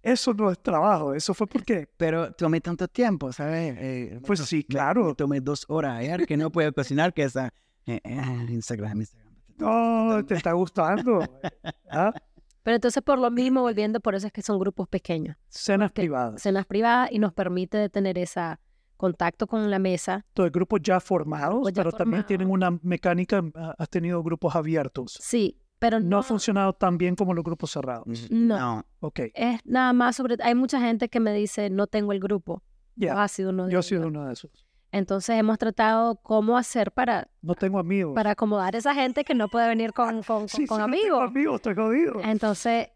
S1: eso no es trabajo. Eso fue
S2: <laughs>
S1: porque.
S2: Pero tomé tanto tiempo, ¿sabes? Eh,
S1: Pues
S2: to-
S1: sí,
S2: me-
S1: claro.
S3: <laughs>
S2: me tomé dos horas ayer que no puedo cocinar, que está eh, eh, Instagram, Instagram.
S1: No, te está gustando. ¿ah?
S3: Pero entonces, por lo mismo, volviendo, por eso es que son grupos pequeños,
S1: Cenas
S3: Porque-
S1: privadas.
S3: cenas privadas y nos permite de tener ese contacto con la mesa.
S1: Entonces, grupos ya formados,
S3: Grupos ya
S1: pero también tienen una mecánica. ah, Has tenido grupos abiertos.
S3: Sí, pero
S1: no
S3: no,
S1: ha funcionado tan bien como los grupos cerrados.
S3: No.
S1: Ok,
S3: es nada más sobre... Hay mucha gente que me dice, no tengo el grupo.
S1: ya.
S3: Vos has sido uno de
S1: Yo he
S3: ellos.
S1: sido uno de esos.
S3: Entonces, hemos tratado cómo hacer para
S1: No tengo amigos.
S3: para acomodar a esa gente que no puede venir con, con,
S1: Sí, sí,
S3: con
S1: no tengo
S3: amigos. Eh.
S1: amigos, estoy jodido.
S3: Entonces,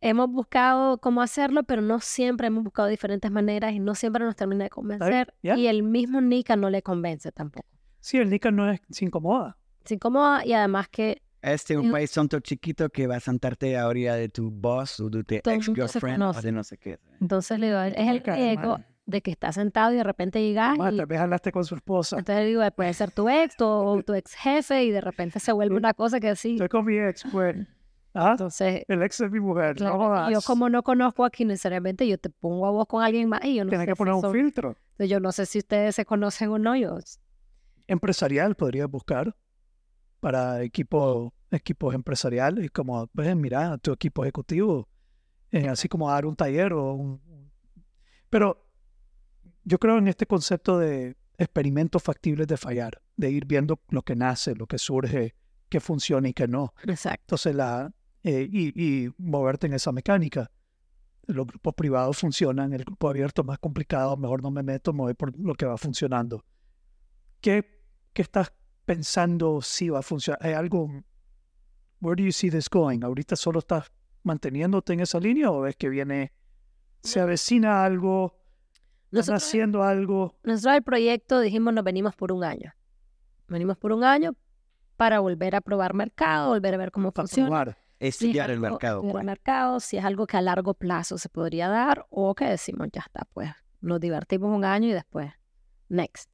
S3: hemos buscado cómo hacerlo, pero no siempre hemos buscado diferentes maneras y no siempre nos termina de convencer.
S1: ya.
S3: Y el mismo Nika no le convence tampoco.
S1: Sí, el Nika no es, se incomoda.
S3: Se incomoda y además que
S2: Este es
S3: Y-
S2: un país tanto chiquito que va a sentarte a orilla de tu boss o de tu
S3: Todo el mundo se
S2: ex-girlfriend o
S3: conoce.
S2: de no sé qué.
S3: entonces le digo, es el
S1: Nica,
S3: riesgo
S1: hermano.
S3: de que está sentado y de repente llegas
S1: Más,
S3: y
S1: tal vez hablaste con su esposa.
S3: entonces digo, puede ser tu ex tu- o tu ex jefe y de repente se vuelve una cosa que así.
S1: Estoy con mi ex, pues. ¿Ah?
S3: Entonces,
S1: El ex de mi mujer.
S3: claro,
S1: no jodas.
S3: yo como no conozco aquí necesariamente, yo te pongo a vos con alguien más y yo no
S1: Tienes
S3: sé
S1: que
S3: si
S1: poner un
S3: son-
S1: filtro.
S3: Entonces, Yo no sé si ustedes se conocen o no, yo
S1: Empresarial podrías buscar para equipo, equipos empresariales. Como, pues, mira, tu equipo ejecutivo. eh, así como dar un taller o un... Pero yo creo en este concepto de experimentos factibles de fallar, de ir viendo lo que nace, lo que surge, que funciona y que no.
S3: Exacto.
S1: Entonces, la, eh, y, y moverte en esa mecánica. Los grupos privados funcionan, el grupo abierto es más complicado, mejor no me meto, me voy por lo que va funcionando. ¿Qué, qué estás pensando si va a funcionar? ¿Hay algo? ¿Where do you see this going? ¿Ahorita solo estás manteniéndote en esa línea o ves que viene, se avecina algo, están
S3: Nosotros,
S1: haciendo algo?
S3: nosotros el proyecto dijimos nos venimos por un año. Venimos por un año para volver a probar mercado, volver a ver cómo
S1: Para
S3: funciona.
S1: probar.
S3: si es
S2: Estudiar el
S3: algo-
S2: mercado.
S3: estudiar
S2: pues.
S3: el mercado, si es algo que a largo plazo se podría dar o que decimos ya está, pues nos divertimos un año y después next.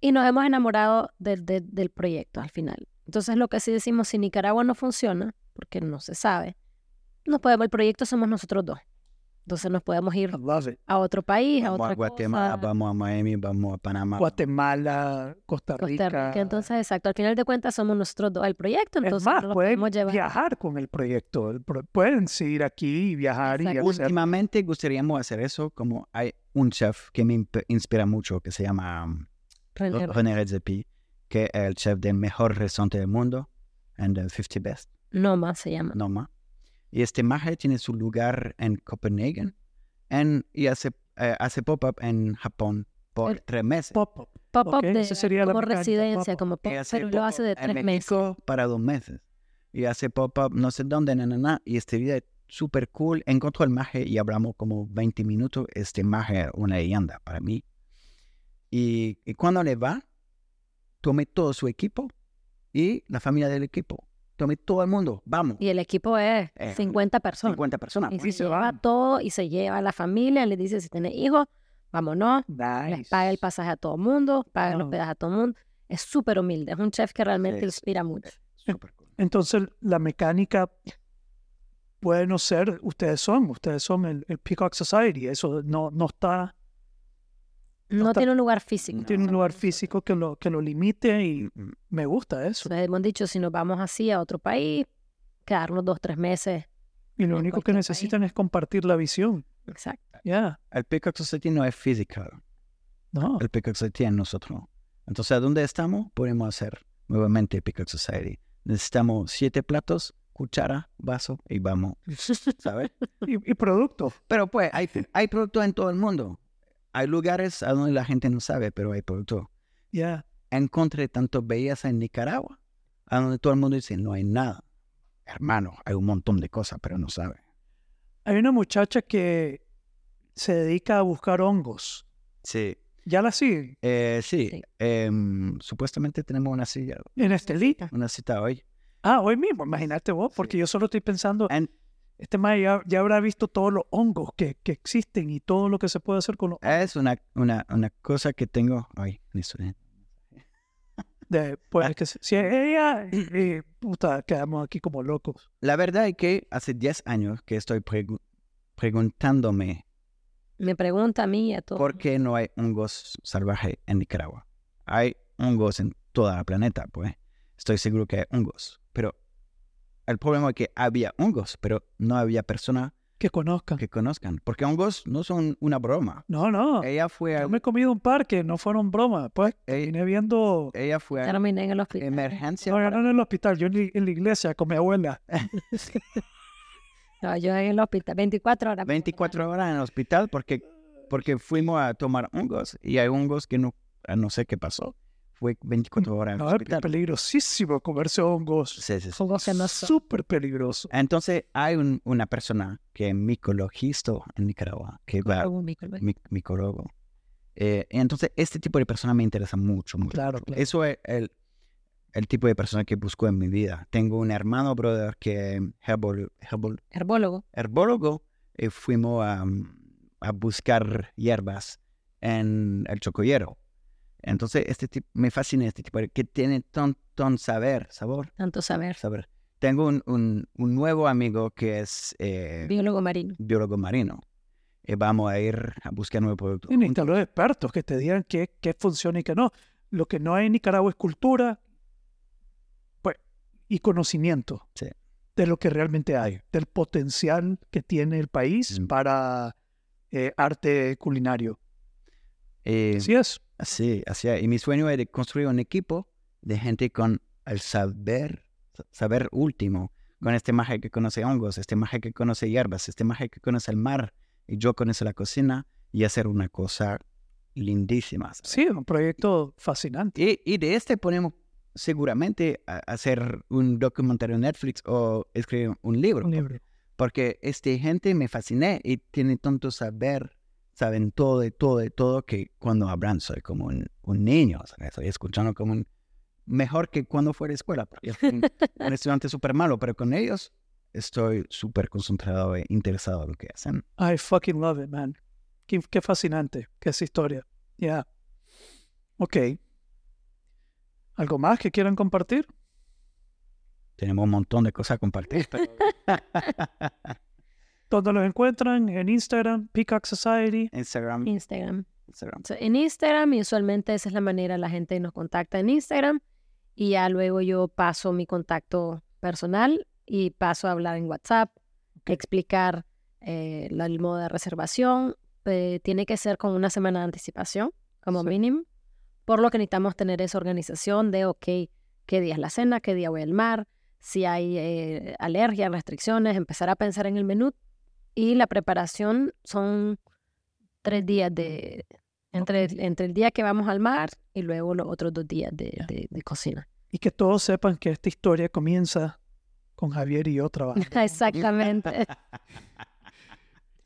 S3: Y nos hemos enamorado del- del- del proyecto al final. Entonces lo que sí decimos, si Nicaragua no funciona, porque no se sabe, nos podemos, el proyecto somos nosotros dos. Entonces nos podemos ir
S1: I love it.
S3: a otro país, a
S2: Vamos a
S3: otra
S2: Guatemala,
S3: cosa,
S2: vamos a Miami, vamos a Panamá.
S1: Guatemala, Costa Rica.
S3: Costa Rica. Entonces, exacto, al final de cuentas somos nosotros dos el proyecto,
S1: es
S3: entonces
S1: más,
S3: nos lo
S1: pueden
S3: podemos llevar.
S1: viajar con el proyecto. el pro- Pueden seguir aquí y viajar y
S3: Exacto.
S1: hacer-
S2: Últimamente gustaríamos hacer eso, como hay un chef que me imp- inspira mucho, que se llama um,
S3: René-
S2: René Redzepi, que es el chef del mejor restaurante del mundo, and the 50 best,
S3: Noma se llama.
S2: no más. Y este maje tiene su lugar en Copenhague en, y hace, eh, hace pop-up en Japón por
S3: El-
S2: tres meses.
S1: Pop-up.
S3: Pop-up
S1: Ok,
S3: de
S1: esa sería la
S3: como
S1: mecánica,
S3: residencia,
S1: pop-up.
S3: como pop,
S2: Y hace
S3: pero lo hace de
S2: pop-up en
S3: tres meses.
S2: México para dos meses. Y hace pop-up no sé dónde, na, na, na, y este video es súper cool. Encontró al maje y hablamos como 20 minutos. Este maje es una leyenda para mí. Y, y cuando le va, tomé todo su equipo y la familia del equipo. Tomé todo el mundo. Vamos.
S3: Y el equipo es
S2: Eh,
S3: 50 personas.
S2: 50 personas.
S3: Y
S2: pues.
S3: se, lleva todo y se lleva a la familia, le dice si tiene hijos, vámonos, les paga el pasaje a todo mundo, paga los
S1: Ah.
S3: hospedaje a todo mundo. Es súper humilde, es un chef que realmente
S2: Sí.
S3: inspira mucho.
S2: Eh, Súper cool.
S1: Entonces, la mecánica puede no ser, ustedes son, ustedes son el, el Peacock Society, eso no, no está,
S3: No
S1: está-
S3: tiene un lugar físico.
S1: tiene un
S3: Somos
S1: lugar
S3: nosotros.
S1: físico que lo, que lo limite y
S2: Mm, mm.
S1: me gusta eso.
S3: Entonces hemos dicho, si nos vamos así a otro país, quedarnos dos, tres meses.
S1: Y lo
S3: en
S1: único que
S3: cualquier
S1: necesitan es compartir la visión.
S3: Exacto.
S1: Ya,
S2: El Peacock Society no es físico.
S1: no.
S2: <laughs> el Peacock Society en nosotros. Entonces, ¿a dónde estamos? Podemos hacer nuevamente Peacock Society. Necesitamos siete platos, cuchara, vaso y vamos, <laughs> ¿sabes?
S1: Y, y producto.
S2: Pero pues, hay, hay productos en todo el mundo. Hay lugares a donde la gente no sabe, pero hay productos.
S1: Ya.
S2: Encontré tanto belleza en Nicaragua, a donde todo el mundo dice, no hay nada. Hermano, hay un montón de cosas, pero no sabe.
S1: Hay una muchacha que se dedica a buscar hongos.
S2: Sí.
S1: Ya la siguen
S2: Eh, sí,
S3: Sí.
S2: em, supuestamente tenemos una silla,
S1: en Estelita.
S2: una cita hoy.
S1: Ah, hoy mismo, imagínate vos, porque yo solo estoy pensando,
S2: En-
S1: este mae ya, ya habrá visto todos los hongos que, que existen y todo lo que se puede hacer con los
S2: Ah, Es una, una, una cosa que tengo. Ay, listo. eh.
S1: de-
S2: Ah.
S1: pues que si- si es ella, eh, puta, quedamos aquí como locos.
S2: La verdad es que hace 10 años que estoy pregu- preguntándome
S3: Me pregunta a mí y a todos.
S2: por qué no hay hongos salvajes en Nicaragua. Hay hongos en toda la planeta, pues. Estoy seguro que hay hongos. Pero el problema es que había hongos, pero no había personas
S1: Que conozcan.
S2: que conozcan. Porque hongos no son una broma.
S1: No, no.
S2: Ella fue a,
S1: Yo me he comido un par que no fueron bromas. Pues
S2: ey-
S1: vine viendo.
S2: ella fue a
S3: Terminé en el hospital.
S2: emergencia.
S1: No, no en el hospital, yo en, la- en la iglesia con mi abuela.
S3: No, yo en el hospital, 24 horas. pues,
S2: 24 horas en el hospital porque, porque fuimos a tomar hongos y hay hongos que no, ah, no sé qué pasó. Fue 24 horas en el
S1: No, es
S2: hospital.
S1: peligrosísimo comerse hongos.
S2: Sí, sí, sí.
S3: Hongos que no son.
S1: Súper peligroso.
S2: Entonces hay un- una persona que es micologista en Nicaragua, que va
S3: Algún micro-
S2: mi- micólogo. Eh, y entonces este tipo de persona me interesa mucho, mucho.
S1: Claro, claro.
S2: Eso es el, el tipo de persona que busco en mi vida. Tengo un hermano, brother, que es herbol- herbol-
S3: Herbólogo.
S2: herbólogo y fuimos a, a buscar hierbas en el chocoyero. Entonces, este tipo, me fascina este tipo, de- que tiene tan, tan saber, sabor,
S3: Tanto saber.
S2: saber. Tengo un, un- un nuevo amigo que es eh,
S3: Biólogo marino.
S2: biólogo marino. Y vamos a ir a buscar nuevos productos.
S1: Y necesitan los expertos que te digan qué, qué funciona y qué no. Lo que no hay en Nicaragua es cultura pues, y conocimiento
S2: Sí.
S1: de lo que realmente hay, del potencial que tiene el país
S2: Mm.
S1: para eh, arte culinario.
S2: Y-
S1: Así es.
S2: Sí, así es. Y mi sueño es de construir un equipo de gente con el saber, sa- saber último, con este maje que conoce hongos, este maje que conoce hierbas, este maje que conoce el mar, y yo conoce la cocina, y hacer una cosa lindísima. ¿sabes?
S1: Sí, un proyecto fascinante.
S2: Y, y de este ponemos seguramente a- hacer un documentario en Netflix o escribir un libro,
S1: Un libro.
S2: porque este gente me fasciné y tiene tanto saber, saben todo de todo de todo que cuando hablan soy como un, un niño, ¿sabes? estoy escuchando como un mejor que cuando fue a la escuela, porque yo fui un, un estudiante súper malo, pero con ellos estoy súper concentrado e interesado en lo que hacen.
S1: I fucking love it, man. Qué, qué fascinante, qué es historia. Yeah. Ok. ¿Algo más que quieran compartir?
S2: Tenemos un montón de cosas a compartir. pero- <laughs>
S1: ¿Dónde los encuentran? En Instagram, Peacock Society.
S2: Instagram,
S3: Instagram.
S2: Instagram.
S3: So, en Instagram, y usualmente esa es la manera la gente nos contacta en Instagram. Y ya luego yo paso mi contacto personal y paso a hablar en WhatsApp, explicar eh, la- el modo de reservación. Eh, tiene que ser con una semana de anticipación, como
S1: Sí.
S3: mínimo. Por lo que necesitamos tener esa organización de, ok, qué día es la cena, qué día voy al mar, si hay eh, alergias, restricciones, empezar a pensar en el menú. Y la preparación son tres días de... Entre, entre el día que vamos al mar y luego los otros dos días de, de- de cocina.
S1: Y que todos sepan que esta historia comienza con Javier y yo trabajando.
S3: <laughs> Exactamente.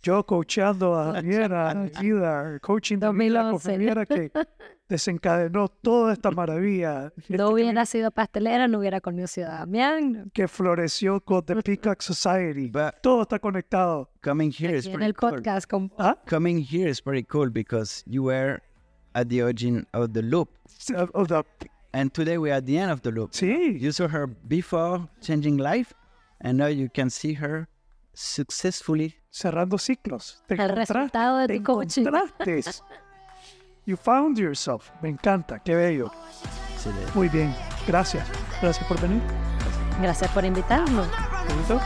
S1: Yo coachando a Javier, a Gida, coaching de vida con
S3: 2011.
S1: Javiera que desencadenó toda esta
S3: <laughs>
S1: maravilla
S3: No hubiera sido pastelera, no hubiera comido Ciudad Damián.
S1: que floreció con The Peacock Society.
S2: But
S1: Todo está conectado.
S2: coming here is
S3: Aquí en
S2: pretty
S3: el
S2: cool.
S3: podcast con
S1: ¿Ah?
S2: Coming here is pretty cool because you were at the origin of the loop,
S1: O sea,
S2: and today we are at the end of the loop.
S1: Sí,
S2: You saw her before changing life, and now you can see her successfully.
S1: cerrando ciclos. Te
S3: el
S1: encontraste,
S3: resultado de
S1: te
S3: tu coaching.
S1: encontraste. You found yourself. Me encanta, qué bello.
S2: Today.
S1: Muy bien, gracias. Gracias por venir.
S3: Gracias por invitarnos.
S1: Bonito.